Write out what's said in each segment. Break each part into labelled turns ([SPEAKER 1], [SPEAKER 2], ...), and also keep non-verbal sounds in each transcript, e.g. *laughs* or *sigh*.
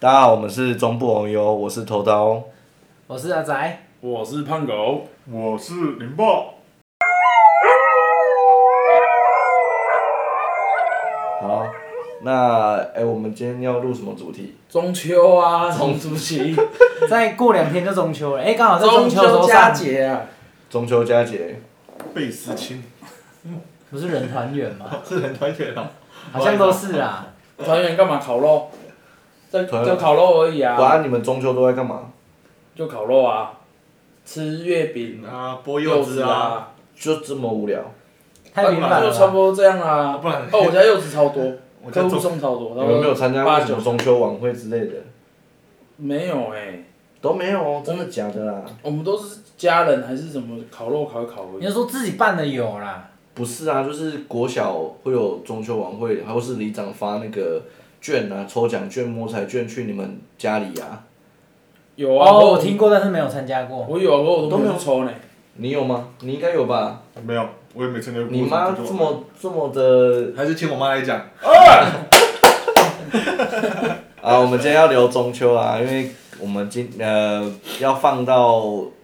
[SPEAKER 1] 大家好，我们是中部红油，我是头刀。
[SPEAKER 2] 我是阿宅，
[SPEAKER 3] 我是胖狗，
[SPEAKER 4] 我是林豹，
[SPEAKER 1] 好，那哎、我们今天要录什么主题？
[SPEAKER 3] 中秋啊，中秋节，
[SPEAKER 2] 再过两天就中秋了，哎、刚好在
[SPEAKER 3] 中
[SPEAKER 2] 秋的时
[SPEAKER 3] 秋
[SPEAKER 2] 候
[SPEAKER 3] 佳
[SPEAKER 2] 上，
[SPEAKER 3] 节啊，
[SPEAKER 1] 中秋佳节，
[SPEAKER 4] 贝斯清，
[SPEAKER 2] 不是人团圆吗？
[SPEAKER 4] 是很团结的。
[SPEAKER 2] 好像都是啊啦，
[SPEAKER 3] 团圆干嘛烤肉？就
[SPEAKER 1] 团
[SPEAKER 3] 就烤肉而已
[SPEAKER 1] 晚
[SPEAKER 3] 啊，
[SPEAKER 1] 安，你们中秋都在干嘛？
[SPEAKER 3] 就烤肉啊，吃月饼啊，
[SPEAKER 4] 啊，剥
[SPEAKER 3] 柚
[SPEAKER 4] 柚
[SPEAKER 3] 子
[SPEAKER 4] 子啊，
[SPEAKER 3] 啊，
[SPEAKER 1] 就这么无聊。
[SPEAKER 2] 太平凡
[SPEAKER 3] 就
[SPEAKER 2] 了
[SPEAKER 3] 差
[SPEAKER 2] 吧。
[SPEAKER 3] 不多这样啊。
[SPEAKER 4] 不然
[SPEAKER 3] 哦，我家柚子超多，
[SPEAKER 4] 我家
[SPEAKER 3] 客户
[SPEAKER 4] 中
[SPEAKER 3] 送超多。
[SPEAKER 1] 你们没有参加过
[SPEAKER 3] 八
[SPEAKER 1] 什
[SPEAKER 3] 九
[SPEAKER 1] 么？中秋晚会之类的？
[SPEAKER 3] 没有哎，
[SPEAKER 1] 都没有哦，真的假的啦？
[SPEAKER 3] 我们都是家人还是什么烤肉烤一烤而
[SPEAKER 2] 你
[SPEAKER 3] 已。
[SPEAKER 2] 是说自己办的有啦，
[SPEAKER 1] 不是啊，就是国小会有中秋晚会，还有是里长发那个券啊，抽奖券、摸彩券去你们家里啊。
[SPEAKER 3] 有啊，
[SPEAKER 2] 哦，
[SPEAKER 3] 我
[SPEAKER 2] 我听过，但是没有参加过。
[SPEAKER 3] 我有啊，我都
[SPEAKER 1] 都
[SPEAKER 3] 没
[SPEAKER 1] 没
[SPEAKER 3] 有
[SPEAKER 1] 有
[SPEAKER 3] 去抽呢。
[SPEAKER 1] 你有吗？你应该有吧？
[SPEAKER 4] 没有，我也没参加过。
[SPEAKER 1] 你妈这么这么的
[SPEAKER 4] 还是听我妈来讲，
[SPEAKER 1] 啊，我们今天要聊中秋啊，因为我们今呃要放到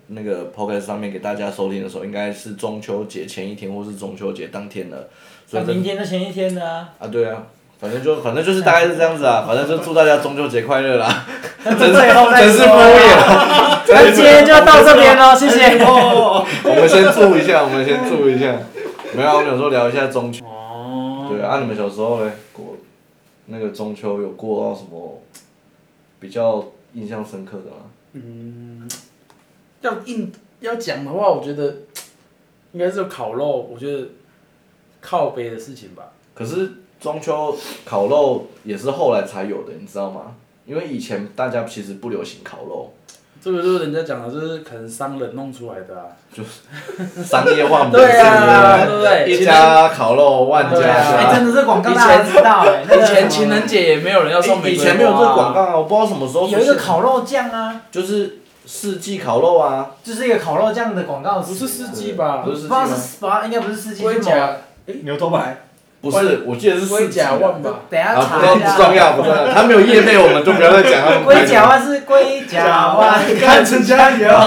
[SPEAKER 1] 那个 podcast 上面给大家收听的时候，应该是中秋节前一天或是中秋节当天了，所
[SPEAKER 2] 那、
[SPEAKER 1] 以这
[SPEAKER 2] 明天就前一天的啊，
[SPEAKER 1] 啊对啊，反正就反正就是大概是这样子啊，反正就祝大家中秋节快乐啦，
[SPEAKER 2] 那就最后再
[SPEAKER 1] 真是敷
[SPEAKER 2] 说。
[SPEAKER 1] 衍，
[SPEAKER 3] 哎
[SPEAKER 2] *laughs* 那今天就到这边喽，谢谢。
[SPEAKER 1] *laughs*
[SPEAKER 2] *laughs*
[SPEAKER 1] 我们先祝一下，我们先祝一下，没有啊，我想说聊一下中秋，
[SPEAKER 3] 哦，
[SPEAKER 1] 对啊，你们小时候嘞过那个中秋有过到什么比较印象深刻的吗？
[SPEAKER 3] 嗯，要硬要讲的话，我觉得应该是烤肉，我觉得靠背的事情吧。
[SPEAKER 1] 可是中秋烤肉也是后来才有的，你知道吗？因为以前大家其实不流行烤肉，
[SPEAKER 3] 这个就是人家讲的，就是可能商人弄出来的啊。
[SPEAKER 1] 商业化模式，
[SPEAKER 3] 对啊，
[SPEAKER 1] 对
[SPEAKER 3] 对
[SPEAKER 1] 不
[SPEAKER 3] 不
[SPEAKER 1] 对
[SPEAKER 3] 对？
[SPEAKER 1] 一家烤肉万
[SPEAKER 3] 对
[SPEAKER 1] 家
[SPEAKER 3] 啊
[SPEAKER 2] 哎、
[SPEAKER 1] 香。
[SPEAKER 2] 真的是广告大家知道哎、那
[SPEAKER 3] 以
[SPEAKER 2] 个
[SPEAKER 3] 前情人节也没有人要送玫
[SPEAKER 1] 啊以
[SPEAKER 3] 瑰花啊
[SPEAKER 1] 前没有这个广告啊，我不知道什么时候出
[SPEAKER 2] 有
[SPEAKER 1] 现
[SPEAKER 2] 一个烤肉酱啊，
[SPEAKER 1] 就是四季烤肉啊，
[SPEAKER 2] 就是一个烤肉酱的广告词、
[SPEAKER 3] 不
[SPEAKER 2] 啊。
[SPEAKER 3] 是四季吧
[SPEAKER 1] 不？
[SPEAKER 2] 不
[SPEAKER 1] 是四
[SPEAKER 2] 知
[SPEAKER 1] 季
[SPEAKER 2] 道是
[SPEAKER 1] 吗？
[SPEAKER 2] 十八，应该不是四季，
[SPEAKER 3] 龟
[SPEAKER 2] 是
[SPEAKER 3] 甲
[SPEAKER 4] 牛头牌，
[SPEAKER 1] 不是，我记得是四
[SPEAKER 3] 龟
[SPEAKER 1] 季啊
[SPEAKER 3] 甲。万
[SPEAKER 2] 某
[SPEAKER 3] 吧？
[SPEAKER 2] 等一下
[SPEAKER 1] 啊，不
[SPEAKER 2] 查
[SPEAKER 1] 重
[SPEAKER 2] 一
[SPEAKER 1] 不
[SPEAKER 2] 下。
[SPEAKER 1] 重要，不重要。他没有业配，我们就不要再讲他们。
[SPEAKER 2] *laughs* 龟甲，啊万是龟
[SPEAKER 3] 啊
[SPEAKER 2] 甲万，
[SPEAKER 4] 看陈嘉怡啊，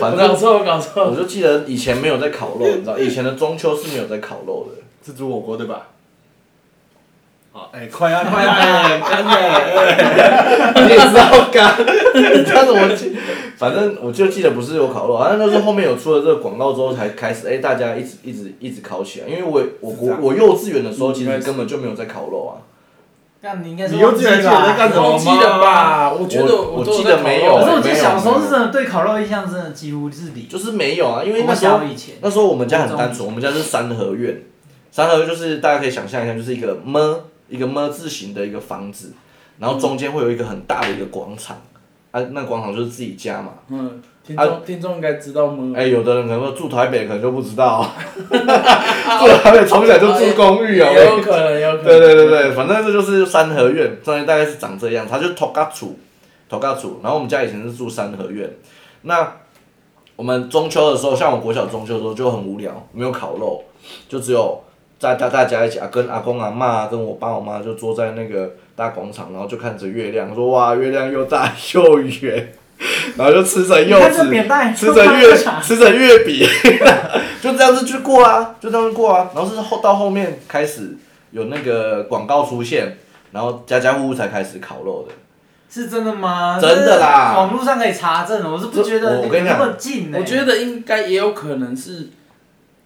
[SPEAKER 1] 反
[SPEAKER 3] 我搞
[SPEAKER 1] 正
[SPEAKER 3] 错，我搞错。
[SPEAKER 1] 我就记得以前没有在烤肉，
[SPEAKER 2] *laughs*
[SPEAKER 1] 你知道，以前的中秋是没有在烤肉的。 *laughs*
[SPEAKER 4] 自助火锅对吧？好，哎，快啊，快啊，干了！
[SPEAKER 1] 你也知道干，你知道怎么记？反正我就记得不是有烤肉，好像那是后面有出了这个广告之后才开始，哎、大家一直一直一直烤起来。因为我我
[SPEAKER 4] 是这
[SPEAKER 1] 国
[SPEAKER 2] 啊
[SPEAKER 4] 样
[SPEAKER 1] 我幼稚园的时候，其实根本就没有在烤肉啊，
[SPEAKER 2] 那你应该是
[SPEAKER 4] 你幼稚园
[SPEAKER 2] 忘记吧
[SPEAKER 4] 记得在干什么
[SPEAKER 3] 忘记了吧？我觉得
[SPEAKER 1] 我
[SPEAKER 3] 都
[SPEAKER 1] 记
[SPEAKER 3] 在
[SPEAKER 1] 得
[SPEAKER 3] 烤
[SPEAKER 1] 没
[SPEAKER 3] 肉
[SPEAKER 1] 有欸
[SPEAKER 2] 可是我
[SPEAKER 1] 没
[SPEAKER 2] 记
[SPEAKER 1] 有
[SPEAKER 2] 得小时候是真的对烤肉印象真的几乎是零，
[SPEAKER 1] 就是没有啊。因为那
[SPEAKER 2] 我
[SPEAKER 1] 时候
[SPEAKER 2] 小以前
[SPEAKER 1] 那时候我们家很单纯，我们家是三合院，三合院就是大家可以想象一下，就是一个么一个么字形的一个房子，然后中间会有一个很大的一个广场，啊，那广场就是自己家嘛。
[SPEAKER 3] 嗯，听
[SPEAKER 1] 啊
[SPEAKER 3] 众听众应该知道吗？
[SPEAKER 1] 哎、有的人可能说住台北，可能就不知
[SPEAKER 3] *laughs*
[SPEAKER 1] 道，住台北从小就住公寓啊。
[SPEAKER 3] 也哎有可能，也有可能。
[SPEAKER 1] 对对对对，反正这就是三合院，中间大概是长这样，它就是头家厝，头家厝。然后我们家以前是住三合院，那我们中秋的时候，像我国小中秋的时候就很无聊，没有烤肉，就只有在大大家一起啊，跟阿公阿妈跟我爸我妈就坐在那个大广场，然后就看着月亮，说哇，月亮又大又圆，然后就吃着柚
[SPEAKER 2] 你看这
[SPEAKER 1] 子，
[SPEAKER 2] 扁担
[SPEAKER 1] 吃着月
[SPEAKER 2] 长，
[SPEAKER 1] 吃着月饼，就这样子去过啊，就这样子过啊。然后是后到后面开始有那个广告出现，然后家家户户才开始烤肉的。
[SPEAKER 2] 是真的吗？
[SPEAKER 1] 真的啦
[SPEAKER 2] 这网络上可以查证，我是不觉得
[SPEAKER 1] 我我跟你
[SPEAKER 2] 那
[SPEAKER 1] 讲
[SPEAKER 2] 么近欸呢。
[SPEAKER 3] 我觉得应该也有可能是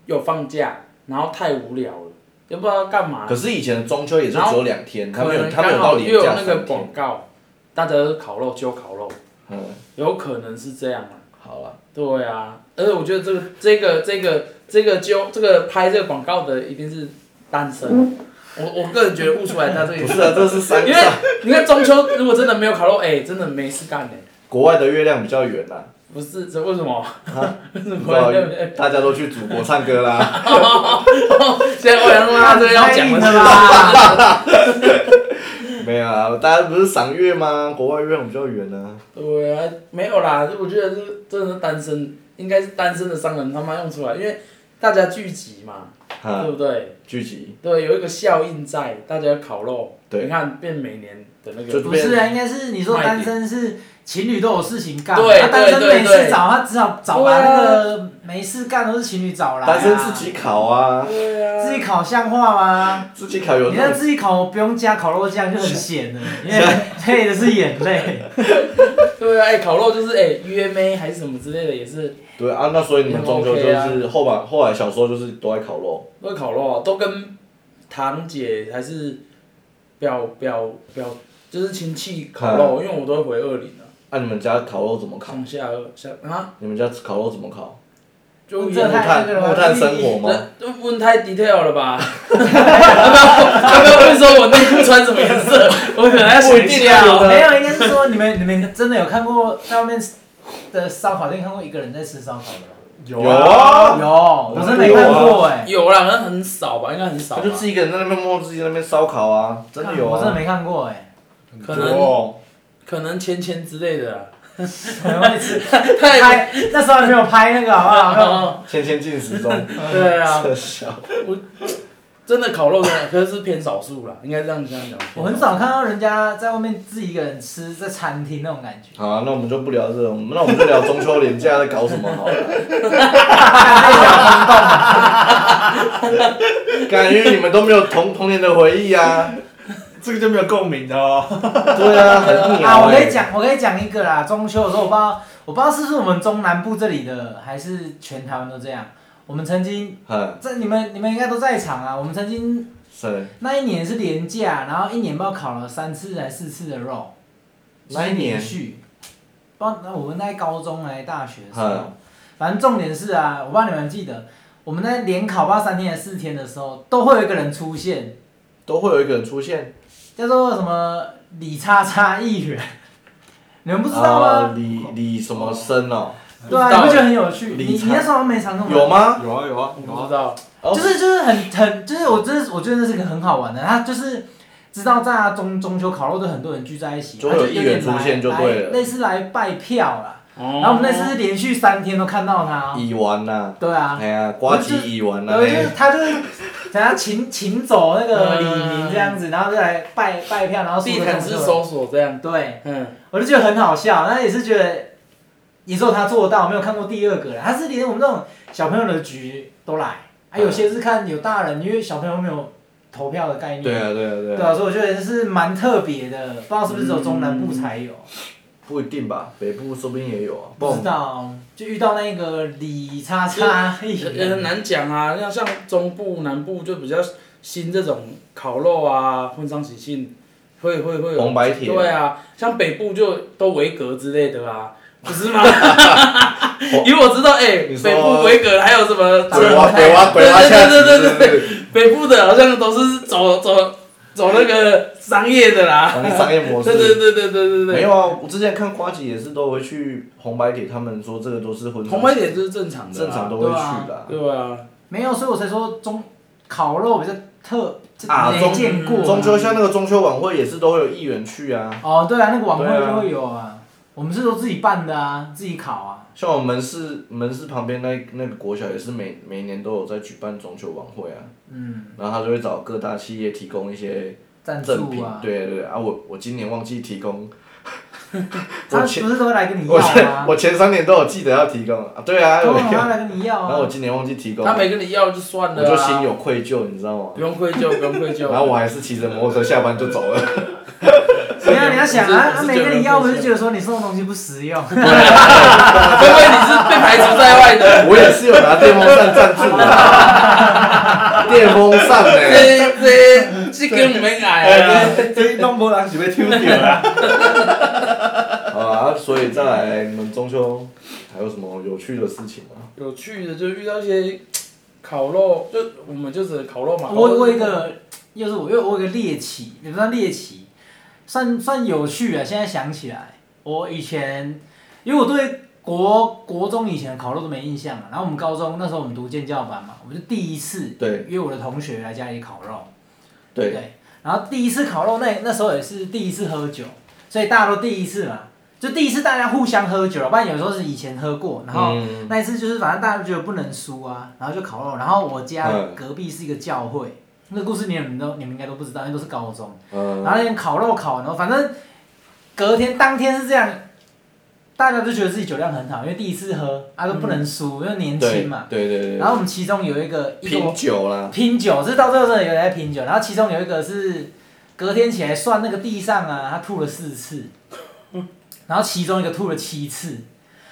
[SPEAKER 3] 有放假，然后太无聊了，也不知道干嘛。
[SPEAKER 1] 可是以前的中秋也就只有两天，他
[SPEAKER 3] 可
[SPEAKER 1] 没有
[SPEAKER 3] 能
[SPEAKER 1] 他没
[SPEAKER 3] 啊刚
[SPEAKER 1] 有到
[SPEAKER 3] 好
[SPEAKER 1] 连
[SPEAKER 3] 又有
[SPEAKER 1] 假
[SPEAKER 3] 那个
[SPEAKER 1] 三
[SPEAKER 3] 广
[SPEAKER 1] 天。
[SPEAKER 3] 告，大家都烤肉就烤肉，
[SPEAKER 1] 嗯，
[SPEAKER 3] 有可能是这样啊。
[SPEAKER 1] 好了，
[SPEAKER 3] 对啊，而且我觉得这个这个这个这个就这个拍这个广告的一定是单身。我我个人觉得悟出来他这个
[SPEAKER 1] 不是啊，这是山
[SPEAKER 3] *laughs* 因为
[SPEAKER 1] 上
[SPEAKER 3] 你看中秋如果真的没有烤肉，哎、真的没事干哎、
[SPEAKER 1] 国外的月亮比较圆啊啦，
[SPEAKER 3] 不是这为什么？ *laughs* 为什
[SPEAKER 1] 啊不知
[SPEAKER 3] 么
[SPEAKER 1] 道？大家都去祖国唱歌啦。
[SPEAKER 3] *laughs*
[SPEAKER 2] *laughs*
[SPEAKER 3] 现在我想说他这个要讲
[SPEAKER 2] 太硬
[SPEAKER 3] 的
[SPEAKER 2] 了
[SPEAKER 3] 是
[SPEAKER 2] 啦，
[SPEAKER 1] 没有啊，大家不是赏月吗？国外月亮比较圆啊。
[SPEAKER 3] 对啊，没有啦，我觉得这真的是单身，应该是单身的商人他妈用出来，因为大家聚集嘛，
[SPEAKER 1] 哈
[SPEAKER 3] 对不对？
[SPEAKER 1] 聚集，
[SPEAKER 3] 对，有一个效应在，大家烤肉，
[SPEAKER 1] 对
[SPEAKER 3] 你看变每年的那
[SPEAKER 1] 就
[SPEAKER 3] 个，
[SPEAKER 2] 不是啊，应该是你说单身是情侣都有事情干嘛，
[SPEAKER 3] 对
[SPEAKER 2] 他单身
[SPEAKER 3] 对对
[SPEAKER 2] 没
[SPEAKER 3] 对
[SPEAKER 2] 事找，他只好找把那个没事干都是情侣找来啊。
[SPEAKER 1] 男生啊自己烤啊，
[SPEAKER 3] 对啊，
[SPEAKER 2] 自己烤像话吗？
[SPEAKER 1] 自己烤有
[SPEAKER 2] 你
[SPEAKER 1] 那
[SPEAKER 2] 那
[SPEAKER 1] 种
[SPEAKER 2] 自己烤不用加烤肉酱就很咸了，因为 *laughs* 配的是眼泪。
[SPEAKER 3] 对啊，哎、烤肉就是哎、约妹还是什么之类的，也是
[SPEAKER 1] 对啊，那所以你们中秋就
[SPEAKER 2] 嗯
[SPEAKER 3] 很 OK
[SPEAKER 2] 啊
[SPEAKER 1] 是后把后来小时候就是都在烤肉，
[SPEAKER 3] 都会烤肉啊，都跟堂姐还是表表表就是亲戚烤肉，因为我都会回二林啊，
[SPEAKER 1] 啊，你们家烤肉怎么烤？
[SPEAKER 2] 嗯
[SPEAKER 3] 上下二下啊，
[SPEAKER 1] 你们家烤肉怎么烤？
[SPEAKER 3] 就
[SPEAKER 2] 这
[SPEAKER 1] 木
[SPEAKER 2] 太
[SPEAKER 1] 炭
[SPEAKER 2] 那个了吧
[SPEAKER 1] 木炭生活吗？
[SPEAKER 3] 这问太 detail 了吧？他们会说我内裤穿什么颜色，我可能要想
[SPEAKER 1] 不一
[SPEAKER 3] 一下
[SPEAKER 1] 定啊有
[SPEAKER 3] 哦。
[SPEAKER 1] 的
[SPEAKER 2] 没有，应该是说你们你们真的有看过在外面的烧烤店看过一个人在吃烧烤的
[SPEAKER 1] 有啊
[SPEAKER 2] 吗？，有，我真没看过哎、
[SPEAKER 3] 有啦，那很少吧，应该很少
[SPEAKER 1] 他
[SPEAKER 3] 吧。
[SPEAKER 1] 就自己一个人在那边摸自己在那边烧烤啊，真的有
[SPEAKER 2] 我真的
[SPEAKER 1] 啊，
[SPEAKER 2] 没看过
[SPEAKER 1] *laughs*
[SPEAKER 2] 哎、
[SPEAKER 3] 可
[SPEAKER 4] 很
[SPEAKER 3] 能
[SPEAKER 4] 多哦
[SPEAKER 3] 可能芊芊之类的啦。太
[SPEAKER 2] 拍那时候还没有拍那个好不好？没有
[SPEAKER 3] 哦
[SPEAKER 1] 千千进
[SPEAKER 2] *laughs*
[SPEAKER 1] 食中，*laughs*
[SPEAKER 3] 对啊，
[SPEAKER 1] 这小
[SPEAKER 3] 真的烤肉真的，可是是偏少数啦，应该这样这样讲。
[SPEAKER 2] 我很少看到人家在外面自己一个人吃，在餐厅那种
[SPEAKER 1] *laughs*
[SPEAKER 2] 感觉。
[SPEAKER 1] 好啊，那我们就不聊这种，那我们就聊中秋连假在搞什么好了。感觉你们都没有童童年的回忆
[SPEAKER 2] *laughs*
[SPEAKER 1] 啊。
[SPEAKER 4] 这个就没有共鸣的哦。
[SPEAKER 1] 对啊，很鸟、欸。
[SPEAKER 2] 啊，我可
[SPEAKER 1] *laughs*
[SPEAKER 2] 以，讲，我可以讲一个啦。中秋的时候，我不知道，我不知道是不是我们中南部这里的，还是全台湾都这样。我们曾经
[SPEAKER 1] 嗯，
[SPEAKER 2] 在你们你们应该都在场啊。我们曾经
[SPEAKER 1] 是
[SPEAKER 2] 那一年是连假，然后一年不知道烤了三次还是四次的肉，
[SPEAKER 1] 那一年
[SPEAKER 2] 连续。不知道那我们在高中还大学的时候
[SPEAKER 1] 嗯，
[SPEAKER 2] 反正重点是啊，我不知道你们还记得，我们在连烤不知道三天还是四天的时候，都会有一个人出现，
[SPEAKER 1] 都会有一个人出现。
[SPEAKER 2] 叫做什么李叉叉议员，你们不知道
[SPEAKER 1] 啊
[SPEAKER 2] 吗？
[SPEAKER 1] 李李什么生哦、
[SPEAKER 2] 对啊，你
[SPEAKER 3] 不知道
[SPEAKER 2] 不觉得很有趣？你
[SPEAKER 1] 李
[SPEAKER 2] 你
[SPEAKER 1] 叉
[SPEAKER 2] 那时候没常跟我
[SPEAKER 1] 有？吗？
[SPEAKER 4] 有啊有啊
[SPEAKER 3] 我
[SPEAKER 4] 有
[SPEAKER 3] 不
[SPEAKER 4] 啊
[SPEAKER 3] 知，道，
[SPEAKER 1] 哦
[SPEAKER 2] 就是就是很很就是我真的是我觉得那是个很好玩的，他就是知道在啊中中秋烤肉都很多人聚在一起，
[SPEAKER 1] 就
[SPEAKER 2] 他
[SPEAKER 1] 会有
[SPEAKER 2] 有
[SPEAKER 1] 议员
[SPEAKER 2] 点来
[SPEAKER 1] 出现就对了
[SPEAKER 2] 来类似来拜票啦。
[SPEAKER 3] 然
[SPEAKER 2] 然后我们那次是连续三天都看到他，哦
[SPEAKER 1] 乙烷呐，
[SPEAKER 2] 对啊，
[SPEAKER 1] 嗯哎呀，瓜吉乙烷啊哎
[SPEAKER 2] 然
[SPEAKER 1] 呐
[SPEAKER 2] 后就是，他就是等下请请走那个李明这样子，然后就来拜拜票，然后
[SPEAKER 3] 嗯哦地
[SPEAKER 2] 说
[SPEAKER 3] 毯
[SPEAKER 2] 中
[SPEAKER 3] 式
[SPEAKER 2] 秋
[SPEAKER 3] 搜索这样，
[SPEAKER 2] 对。
[SPEAKER 3] 嗯，
[SPEAKER 2] 我就觉得很好笑，那也是觉得，也只有他做到，没有看过第二个了。他是连我们这种小朋友的局都来，啊，有些是看有大人，因为小朋友没有投票的概念。
[SPEAKER 1] 对啊对啊对
[SPEAKER 2] 对
[SPEAKER 1] 啊，
[SPEAKER 2] 啊，所以我觉得是蛮特别的，不知道是不是只有中南部才有，
[SPEAKER 1] 不一定吧，北部说不定也有啊，
[SPEAKER 2] 不知道。就遇到那个李叉叉议
[SPEAKER 3] 也也很
[SPEAKER 2] 员，
[SPEAKER 3] 难讲啊。像像中部、南部就比较新这种烤肉啊、婚丧喜庆，会会会有
[SPEAKER 1] 红白帖
[SPEAKER 3] 对啊，像北部就都维格之类
[SPEAKER 1] *laughs*
[SPEAKER 3] 的啊，不是吗？ *laughs* 因为我知道，哎、
[SPEAKER 1] 你说
[SPEAKER 3] 北部维格还有什么
[SPEAKER 1] 鬼挖鬼挖鬼挖
[SPEAKER 3] 对
[SPEAKER 1] 下
[SPEAKER 3] 对对
[SPEAKER 1] 子
[SPEAKER 3] 对对对，北部的好像都是走走走那个商业
[SPEAKER 1] *laughs*
[SPEAKER 3] 的啦。
[SPEAKER 1] 商商业模式。
[SPEAKER 3] 对对对对对对
[SPEAKER 1] 没
[SPEAKER 3] 对，
[SPEAKER 1] 有啊，我之前看瓜吉也是都会去红白帖，他们说这个都是婚啊
[SPEAKER 3] 红白点就是正常的啦，
[SPEAKER 1] 正常都会去的啊。
[SPEAKER 3] 对啊，
[SPEAKER 2] 没有，所以我才说中烤肉比较特，就
[SPEAKER 1] 啊
[SPEAKER 2] 没
[SPEAKER 1] 中
[SPEAKER 2] 见过。
[SPEAKER 1] 中秋像那个中秋晚会也是都会有议员去啊，
[SPEAKER 2] 哦，对啊，那个晚会
[SPEAKER 1] 对啊
[SPEAKER 2] 就会有啊，我们是都自己办的啊，自己烤啊。
[SPEAKER 1] 像我们市门市旁边那那个国小也是每每年都有在举办中秋晚会啊，
[SPEAKER 2] 嗯，
[SPEAKER 1] 然后他就会找各大企业提供一些
[SPEAKER 2] 赞
[SPEAKER 1] 赠
[SPEAKER 2] 助
[SPEAKER 1] 品，
[SPEAKER 2] 啊，
[SPEAKER 1] 对对对啊，我我今年忘记提供，
[SPEAKER 2] 他
[SPEAKER 1] 我
[SPEAKER 2] 不
[SPEAKER 1] 前
[SPEAKER 2] 是都会来跟你要
[SPEAKER 1] 我前
[SPEAKER 2] 吗？
[SPEAKER 1] 我前三年都有记得要提供啊，对啊，
[SPEAKER 2] 都
[SPEAKER 1] 有
[SPEAKER 2] 会
[SPEAKER 1] 然
[SPEAKER 2] 来跟你要
[SPEAKER 1] 后我
[SPEAKER 2] 啊。
[SPEAKER 1] 今年忘记提供，
[SPEAKER 3] 他没跟你要就
[SPEAKER 1] 我
[SPEAKER 3] 算了、啊，啊
[SPEAKER 1] 就心有愧疚，你知道吗
[SPEAKER 3] 不？用
[SPEAKER 1] *laughs*
[SPEAKER 3] 愧疚，不用愧疚。
[SPEAKER 1] 然后我还是骑着摩托车下班就走了，*laughs*
[SPEAKER 2] 没有，你要想啊，他
[SPEAKER 3] 我是
[SPEAKER 2] 没跟你要，我就觉得说你送的东西不实用。
[SPEAKER 3] 会不会你是被排除在外
[SPEAKER 1] *laughs*
[SPEAKER 3] 的？
[SPEAKER 1] 我也是有拿电风扇赞助的， *laughs* 电风扇呢、
[SPEAKER 3] *laughs* 这这这跟我们矮啊！
[SPEAKER 4] 这一弄波人是要抽掉啦。
[SPEAKER 1] 好啊，所以再来，你们中秋还有什么有趣的事情吗？
[SPEAKER 3] 有趣的就遇到一些烤肉，就我们就是烤肉嘛。
[SPEAKER 2] 我
[SPEAKER 3] 烤肉
[SPEAKER 2] 我有一个，又是我又我有一个猎奇，也不算猎奇，算算有趣啊。现在想起来，我以前因为我对国国中以前的烤肉都没印象嘛，然后我们高中那时候我们读建教班嘛，我们就第一次
[SPEAKER 1] 对
[SPEAKER 2] 约我的同学来家里烤肉。
[SPEAKER 1] 对，
[SPEAKER 2] 对，然后第一次烤肉那那时候也是第一次喝酒，所以大家都第一次嘛。就第一次大家互相喝酒了，不然有时候是以前喝过，然后
[SPEAKER 1] 嗯
[SPEAKER 2] 那一次就是反正大家觉得不能输啊，然后就烤肉，然后我家
[SPEAKER 1] 嗯
[SPEAKER 2] 隔壁是一个教会，那故事你们都你们应该都不知道，因为都是高中，然
[SPEAKER 1] 嗯，
[SPEAKER 2] 后那天烤肉烤完了，然后反正隔天当天是这样，大家都觉得自己酒量很好，因为第一次喝啊都不能
[SPEAKER 1] 嗯
[SPEAKER 2] 输，因为年
[SPEAKER 1] 对
[SPEAKER 2] 轻嘛，
[SPEAKER 1] 对对对，
[SPEAKER 2] 然后我们其中有一个一个
[SPEAKER 1] 拼酒啦，
[SPEAKER 2] 拼啊酒，是到最后真的有人在拼酒，然后其中有一个是隔天起来算那个地上啊，他吐了四次，然后其中一个吐了七次，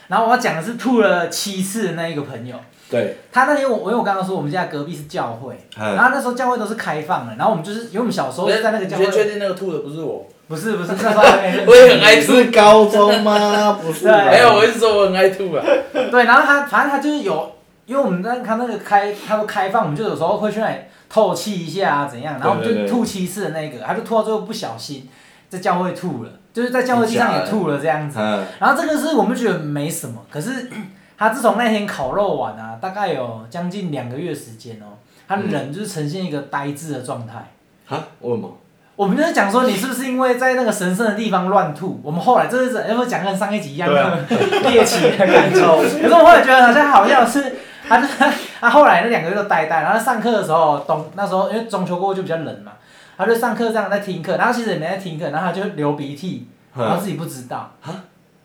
[SPEAKER 2] 然后我要讲的是吐了七次的那一个朋友，
[SPEAKER 1] 对，
[SPEAKER 2] 他那天我因为我刚刚说我们家隔壁是教会，然
[SPEAKER 1] 嗯
[SPEAKER 2] 后那时候教会都是开放的，然后我们就是因为我们小时候就在那个教
[SPEAKER 3] 你先确
[SPEAKER 2] 会，
[SPEAKER 3] 定那个吐的不是
[SPEAKER 2] *laughs*
[SPEAKER 3] 我？
[SPEAKER 2] 不是不是那时候还没认识
[SPEAKER 3] 我也很爱吐，
[SPEAKER 1] 是高中吗？
[SPEAKER 2] *laughs*
[SPEAKER 1] 不是吧，
[SPEAKER 2] 对
[SPEAKER 3] 没有，我一直说我很爱吐
[SPEAKER 2] *laughs*
[SPEAKER 3] 啊。
[SPEAKER 2] 对，然后他反正他就是有，因为我们那他那个开他都开放，我们就有时候会去那里透气一下啊怎样，然后我们
[SPEAKER 1] 对对
[SPEAKER 2] 就
[SPEAKER 1] 对
[SPEAKER 2] 吐七次的那个，他就吐到最后不小心在教会吐了，就是在教会地上也吐了这样子。
[SPEAKER 1] 嗯，
[SPEAKER 2] 然后这个是我们觉得没什么，可是 *clears throat* 他自从那天烤肉完啊，大概有将近两个月时间哦，他
[SPEAKER 1] 嗯
[SPEAKER 2] 人就是呈现一个呆滞的状态。
[SPEAKER 1] 哈，为什么？
[SPEAKER 2] 我们就是讲说，你是不是因为在那个神圣的地方乱吐？我们后来这就是，要不讲跟上一集一样
[SPEAKER 4] 对啊
[SPEAKER 2] 那 *laughs* 个猎奇的感受。可是我后来觉得好像好笑的是，他就他后来那两个月都呆呆，然后上课的时候，冬那时候因为中秋过后就比较冷嘛，他就上课这样在听课，然后其实也没在听课，然后他就流鼻涕，然后
[SPEAKER 1] 嗯
[SPEAKER 2] 自己不知道，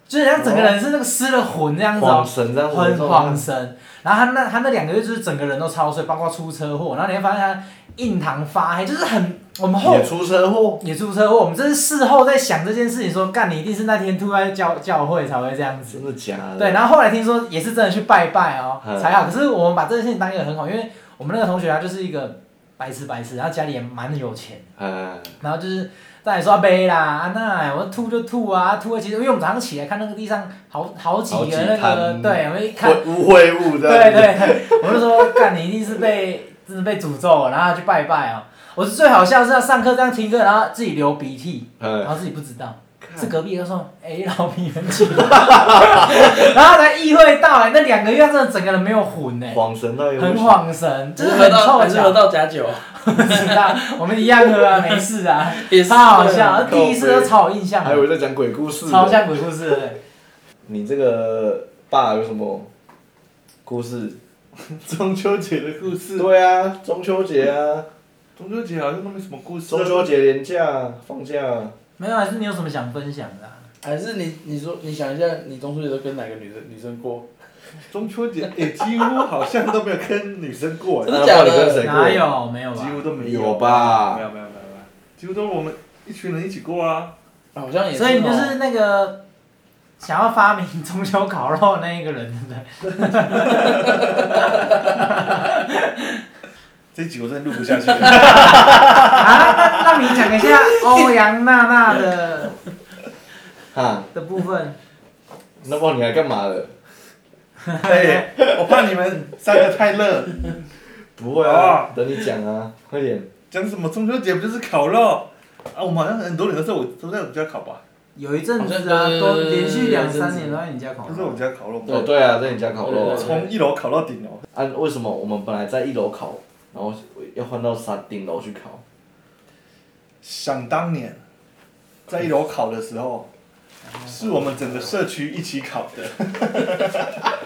[SPEAKER 2] 就是人家整个人是那个失了魂这样子哦
[SPEAKER 1] 晃，神这样子，
[SPEAKER 2] 很晃神。然后他那他那两个月就是整个人都超衰，包括出车祸，然后你会发现他印堂发黑，就是很我们后
[SPEAKER 1] 也出车祸，
[SPEAKER 2] 也出车祸，我们这是事后在想这件事情说，干你一定是那天突然教教会才会这样子。
[SPEAKER 1] 真的假的？
[SPEAKER 2] 对，然后后来听说也是真的去拜拜哦，
[SPEAKER 1] 啊嗯
[SPEAKER 2] 才好。可是我们把这件事情当一个很好，因为我们那个同学他就是一个白痴白痴，然后家里也蛮有钱，
[SPEAKER 1] 嗯，
[SPEAKER 2] 然后就是在刷杯啦，啊那我吐就吐啊，吐了其实因为我们早上起来看那个地上好好几
[SPEAKER 1] 好
[SPEAKER 2] 个
[SPEAKER 1] 几
[SPEAKER 2] 那个，
[SPEAKER 1] 滩
[SPEAKER 2] 对，我们一看
[SPEAKER 1] 会污秽物这
[SPEAKER 2] 对
[SPEAKER 1] 样子，
[SPEAKER 2] 对对，我就说，干你一定是被真的被诅咒了，然后他去拜拜哦。我是最好笑是要上课这样听课，然后自己流鼻涕，
[SPEAKER 1] 嗯
[SPEAKER 2] 然后自己不知道。
[SPEAKER 1] 看
[SPEAKER 2] 是隔壁就说，哎、老皮很紧， *laughs* 然后才意会到、哎，那两个月真的整个人没有魂呢、
[SPEAKER 1] 晃神到有
[SPEAKER 2] 很，晃神，就是
[SPEAKER 3] 喝
[SPEAKER 2] 很
[SPEAKER 3] 到
[SPEAKER 2] 臭
[SPEAKER 3] 还是喝
[SPEAKER 2] 脚。
[SPEAKER 3] 到假
[SPEAKER 2] *laughs*
[SPEAKER 3] 酒，
[SPEAKER 2] 不知道，我们一样喝啊，没事啊，
[SPEAKER 3] 也是
[SPEAKER 2] 超好笑，
[SPEAKER 1] 对
[SPEAKER 2] 第一次都超有印象
[SPEAKER 1] 还，以为在讲鬼故事呢。
[SPEAKER 2] 啊超像鬼故事的。
[SPEAKER 1] 你这个爸有什么故事？
[SPEAKER 4] 中秋节的故事，
[SPEAKER 1] 对啊，中秋节啊，
[SPEAKER 4] 中秋节好像都没什么故事。
[SPEAKER 2] 啊
[SPEAKER 1] 中秋节连假放假，
[SPEAKER 2] 没有，还是你有什么想分享的啊、
[SPEAKER 3] 还是你你说你想一下，你中秋节都跟哪个女生女生过？
[SPEAKER 4] 中秋节，哎、几乎好像都没有跟女生过，
[SPEAKER 3] 真的
[SPEAKER 1] 那
[SPEAKER 3] 假
[SPEAKER 1] 到
[SPEAKER 3] 的
[SPEAKER 1] 底跟谁过？
[SPEAKER 2] 哪有？没有吧啊
[SPEAKER 4] 几？乎都没
[SPEAKER 1] 有吧
[SPEAKER 4] 没有没有没有没有，几乎都我们一群人一起过啊。
[SPEAKER 3] 啊好像也是哦。
[SPEAKER 2] 所以你就是那个想要发明中秋烤肉的那一个人，对不对？
[SPEAKER 4] 这一集我真的录不下去了。
[SPEAKER 2] 啊，那那你讲一下欧阳娜娜的
[SPEAKER 1] 哈，
[SPEAKER 2] 的部分。
[SPEAKER 1] 那不然你还干嘛了？
[SPEAKER 4] 哎、我怕你们三个太热，
[SPEAKER 1] 不会啊，等你讲啊，快点。
[SPEAKER 4] 讲什么中秋节不就是烤肉？啊，我们好像很多年的时候，我都在我们家烤吧，
[SPEAKER 2] 有一阵子啊，都连续两三年都在你家烤
[SPEAKER 4] 都在我
[SPEAKER 2] 肉
[SPEAKER 4] 们，家烤肉。
[SPEAKER 1] 哦，对啊，在你家烤肉
[SPEAKER 3] 对
[SPEAKER 1] 啊。
[SPEAKER 3] 对对
[SPEAKER 4] 从一楼烤到顶楼，
[SPEAKER 1] 啊，为什么我们本来在一楼烤，然后要换到三顶楼去烤？
[SPEAKER 4] 想当年，在一楼烤的时候，是我们整个社区一起烤的。
[SPEAKER 1] *laughs*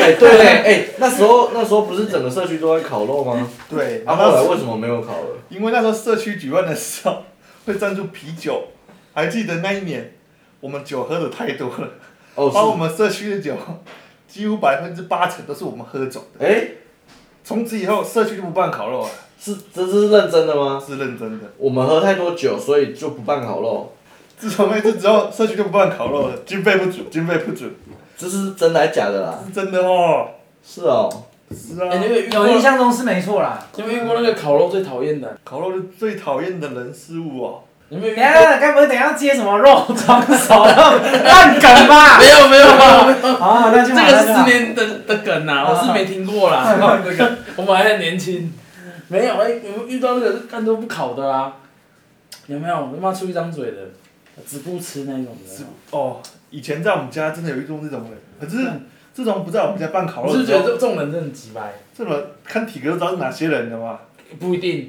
[SPEAKER 1] 哎，对嘞，哎，那时候那时候不是整个社区都在烤肉吗？
[SPEAKER 4] 对，
[SPEAKER 1] 啊，
[SPEAKER 4] 然
[SPEAKER 1] 后来
[SPEAKER 4] 后
[SPEAKER 1] 为什么没有烤了？
[SPEAKER 4] 因为那时候社区举办的时候会赞助啤酒，还记得那一年，我们酒喝的太多了，
[SPEAKER 1] 哦，
[SPEAKER 4] 把我
[SPEAKER 1] 是，
[SPEAKER 4] 们社区的酒几乎百分之八成都是我们喝走的。
[SPEAKER 1] 哎，
[SPEAKER 4] 从此以后，社区就不办烤肉了，
[SPEAKER 1] 是这是认真的吗？
[SPEAKER 4] 是认真的。
[SPEAKER 1] 我们喝太多酒，所以就不办烤肉，
[SPEAKER 4] 自从那次之后，社区就不办烤肉了，经费不足，经费不足，
[SPEAKER 1] 这是真的还假的啦？
[SPEAKER 4] 是真的哦。
[SPEAKER 1] 是哦，
[SPEAKER 4] 是啊
[SPEAKER 3] 哎，，你有没有遇过
[SPEAKER 2] 有印象中是没错啦。
[SPEAKER 3] 你有没有遇过那个烤肉最讨厌的？
[SPEAKER 4] 烤肉是最讨厌的人事物哦。
[SPEAKER 3] 你有没有遇
[SPEAKER 2] 等
[SPEAKER 3] 过
[SPEAKER 2] 一？下，该不会等一下接什么肉装手烂梗吧？
[SPEAKER 3] 没有没有没有，
[SPEAKER 2] 哦，那就
[SPEAKER 3] 这
[SPEAKER 2] 好
[SPEAKER 3] 个
[SPEAKER 2] 那就
[SPEAKER 3] 是十
[SPEAKER 2] 好
[SPEAKER 3] 年的的梗呐、啊，我是没听过啦。这个 *laughs* 我们还很年轻，没有哎，有没有遇到那个干都不烤的啊？有没有？他妈出一张嘴的，只顾吃那一种的
[SPEAKER 4] 是。哦，以前在我们家真的有一种这种人，可是自从不在我们家办烤
[SPEAKER 3] 我
[SPEAKER 4] 肉
[SPEAKER 3] 是
[SPEAKER 4] 的
[SPEAKER 3] 觉
[SPEAKER 4] 时
[SPEAKER 3] 得
[SPEAKER 4] 候，
[SPEAKER 3] 这这种人真的很鸡掰，
[SPEAKER 4] 这种看体格就知道是哪些人的嘛。
[SPEAKER 3] 不一定。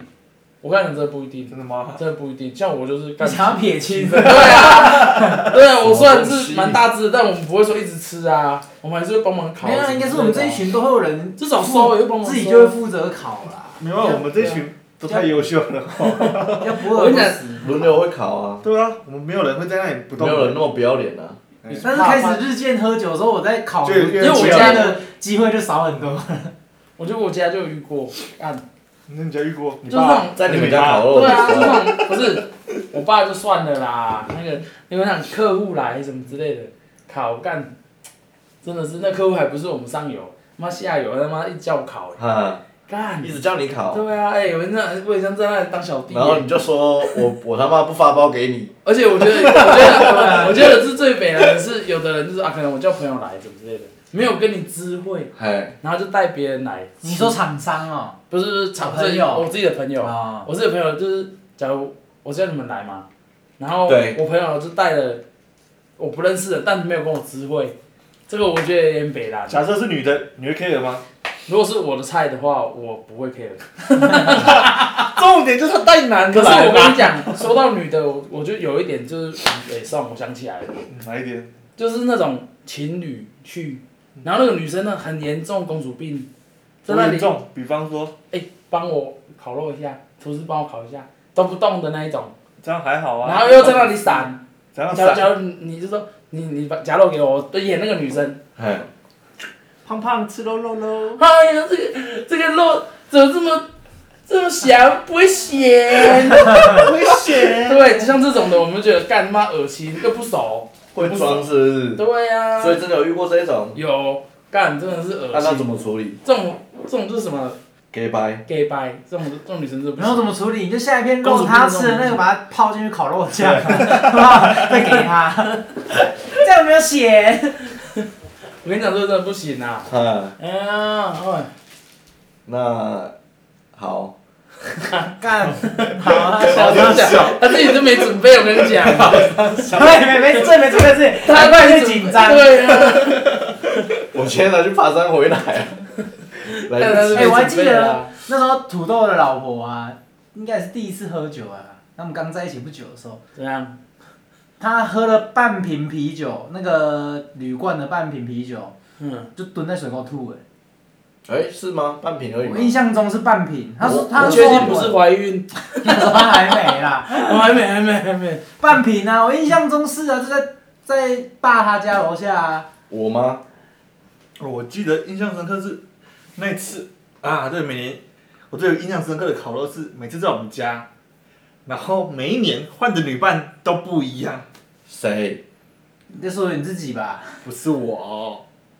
[SPEAKER 3] 我跟你讲，真的不一定， *laughs*
[SPEAKER 4] 真的吗？
[SPEAKER 3] 真的不一定。像我就是
[SPEAKER 2] 你
[SPEAKER 3] 干
[SPEAKER 2] 想要撇清，
[SPEAKER 3] 对啊，对啊，我虽然
[SPEAKER 1] 什么东西
[SPEAKER 3] 是蛮大只的，但我们不会说一直吃啊，我们还是会帮忙烤。
[SPEAKER 2] 没有啊，应该是我们这一，群都会有人
[SPEAKER 3] 至少收也会帮忙收
[SPEAKER 2] 自己就会负责烤啦，
[SPEAKER 4] 没有，我们这群都太优秀
[SPEAKER 3] 啊
[SPEAKER 4] 了。
[SPEAKER 2] 要不
[SPEAKER 3] 我
[SPEAKER 2] 饿
[SPEAKER 3] 跟你
[SPEAKER 2] 不
[SPEAKER 3] 讲
[SPEAKER 2] 死。
[SPEAKER 1] 轮流会考啊，
[SPEAKER 4] 对啊，我们没有人会哎在那里不
[SPEAKER 1] 没
[SPEAKER 4] 动的。
[SPEAKER 1] 有人那么不要脸啊。
[SPEAKER 2] 但是开始日渐喝酒的时候，我在烤，
[SPEAKER 4] 就
[SPEAKER 2] 因
[SPEAKER 4] 越
[SPEAKER 2] 为我
[SPEAKER 3] 越
[SPEAKER 2] 家
[SPEAKER 3] 越
[SPEAKER 2] 的机会就少很多。
[SPEAKER 3] 我觉得我家就有遇过，啊，
[SPEAKER 4] 那你家遇过？
[SPEAKER 3] 就是那种，
[SPEAKER 1] 在你们家烤肉
[SPEAKER 3] 对
[SPEAKER 1] 的
[SPEAKER 3] 啊，就是
[SPEAKER 1] 时候，
[SPEAKER 3] 那种，不是，我爸就算了啦，那个因为那种客户来什么之类的，烤干，真的是那客户还不是我们上游，妈下游他妈一叫我烤，
[SPEAKER 1] 哈，
[SPEAKER 3] 干
[SPEAKER 1] 一，直叫你考，
[SPEAKER 3] 对啊，哎、我那我也像在那里当小弟、
[SPEAKER 1] 然后你就说我 *laughs* 我他妈不发包给你，
[SPEAKER 3] 而且我觉得，我觉得，我觉得是最美的是，有的人就是啊，可能我叫朋友来，怎么之类的，没有跟你知会，
[SPEAKER 1] 嘿，
[SPEAKER 3] 然后就带别人来。
[SPEAKER 2] 你说厂商哦，
[SPEAKER 3] 不是不是，场
[SPEAKER 2] 朋友
[SPEAKER 3] 我自己的朋
[SPEAKER 1] 哦
[SPEAKER 3] 友，
[SPEAKER 2] 啊，
[SPEAKER 3] 我自己的朋友就是，假如我叫你们来嘛，然后
[SPEAKER 1] 对
[SPEAKER 3] 我朋友就带了我不认识的，但没有跟我知会，这个我觉得有点北啦。
[SPEAKER 4] 假设是女的，你会 care 吗？
[SPEAKER 3] 如果是我的菜的话，我不会 care。
[SPEAKER 4] *laughs* 重点就是他带男
[SPEAKER 3] 可
[SPEAKER 4] 的
[SPEAKER 3] 是
[SPEAKER 4] 来
[SPEAKER 3] 我跟你
[SPEAKER 4] 啦。
[SPEAKER 3] 讲，说到女的，我我就有一点就是，哎、算了，我想起来了。
[SPEAKER 4] 哪一点？
[SPEAKER 3] 就是那种情侣去，然后那个女生呢很严重公主病，在那里
[SPEAKER 4] 多嗯严重？比方说，
[SPEAKER 3] 哎、帮我烤肉一下，厨师帮我烤一下，都不动的那一种，
[SPEAKER 4] 这样还好啊。
[SPEAKER 3] 然后又在那里闪，
[SPEAKER 4] 怎样
[SPEAKER 3] 假
[SPEAKER 4] 闪？
[SPEAKER 3] 假如你你就说你你把夹肉给我，我就演那个女生，
[SPEAKER 1] 嘿，
[SPEAKER 4] 胖胖吃肉肉喽。
[SPEAKER 3] 哎呀这个这个肉怎么这么这么咸，不会咸，
[SPEAKER 4] 危险。
[SPEAKER 3] 对，像这种的我们觉得干他妈恶心又不熟，
[SPEAKER 1] 会装是不是？
[SPEAKER 3] 对呀、
[SPEAKER 1] 所以真的有遇过这种，
[SPEAKER 3] 有干真的是恶
[SPEAKER 1] 那那怎
[SPEAKER 3] 心，
[SPEAKER 1] 么处理
[SPEAKER 3] 这种这种就是什么
[SPEAKER 1] ？gay 掰，
[SPEAKER 3] gay bye，这种这种女生就不
[SPEAKER 2] 然后
[SPEAKER 3] 行
[SPEAKER 2] 怎。么处理？你就下一片
[SPEAKER 3] 公
[SPEAKER 2] 肉，
[SPEAKER 3] 主病
[SPEAKER 2] 他吃的那个，把它泡进去烤肉酱， *laughs* 再给他，这样有没有咸？
[SPEAKER 3] 我跟你讲，这个真的不行啊！
[SPEAKER 1] 哈，
[SPEAKER 3] 哎呀，哎，
[SPEAKER 1] 那好，
[SPEAKER 3] *laughs*
[SPEAKER 2] 干，好啊，
[SPEAKER 3] 小
[SPEAKER 2] 小
[SPEAKER 3] 声
[SPEAKER 2] 声
[SPEAKER 3] 讲，他自己都没准备，我跟你讲，
[SPEAKER 2] 对，没没这没这没事，
[SPEAKER 3] *laughs* 他
[SPEAKER 2] 难怪你会紧张。
[SPEAKER 3] 对啊，
[SPEAKER 1] 我现在去爬山 *laughs* 回来，来
[SPEAKER 3] 但
[SPEAKER 1] 不
[SPEAKER 3] 他
[SPEAKER 1] 及
[SPEAKER 3] 是
[SPEAKER 2] 哎
[SPEAKER 3] 没
[SPEAKER 2] 我还
[SPEAKER 3] 准备的啊。
[SPEAKER 2] 那时候土豆的老婆啊，应该也是第一次喝酒啊。那我们刚在一起不久的时候，
[SPEAKER 3] 怎样？
[SPEAKER 2] 她喝了半瓶啤酒，那个铝罐的半瓶啤酒，
[SPEAKER 3] 嗯，
[SPEAKER 2] 就蹲在水沟吐哎、
[SPEAKER 1] 哎，是吗？半瓶而已
[SPEAKER 2] 我
[SPEAKER 1] 吗。
[SPEAKER 2] 印象中是半瓶，她说
[SPEAKER 1] 我
[SPEAKER 2] 她说
[SPEAKER 3] 我确定不是怀孕，
[SPEAKER 2] 那时候她还没啦，
[SPEAKER 3] *laughs* 我还没，还没，还没。
[SPEAKER 2] 半瓶啊，我印象中是啊，就在在爸他家楼下啊，
[SPEAKER 1] 我吗？
[SPEAKER 4] 我记得印象深刻是那次啊，对，每年我最有印象深刻的烤肉是每次在我们家，然后每一年换的女伴都不一样，
[SPEAKER 1] 谁？
[SPEAKER 2] 你在说你自己吧，
[SPEAKER 4] 不是我哦，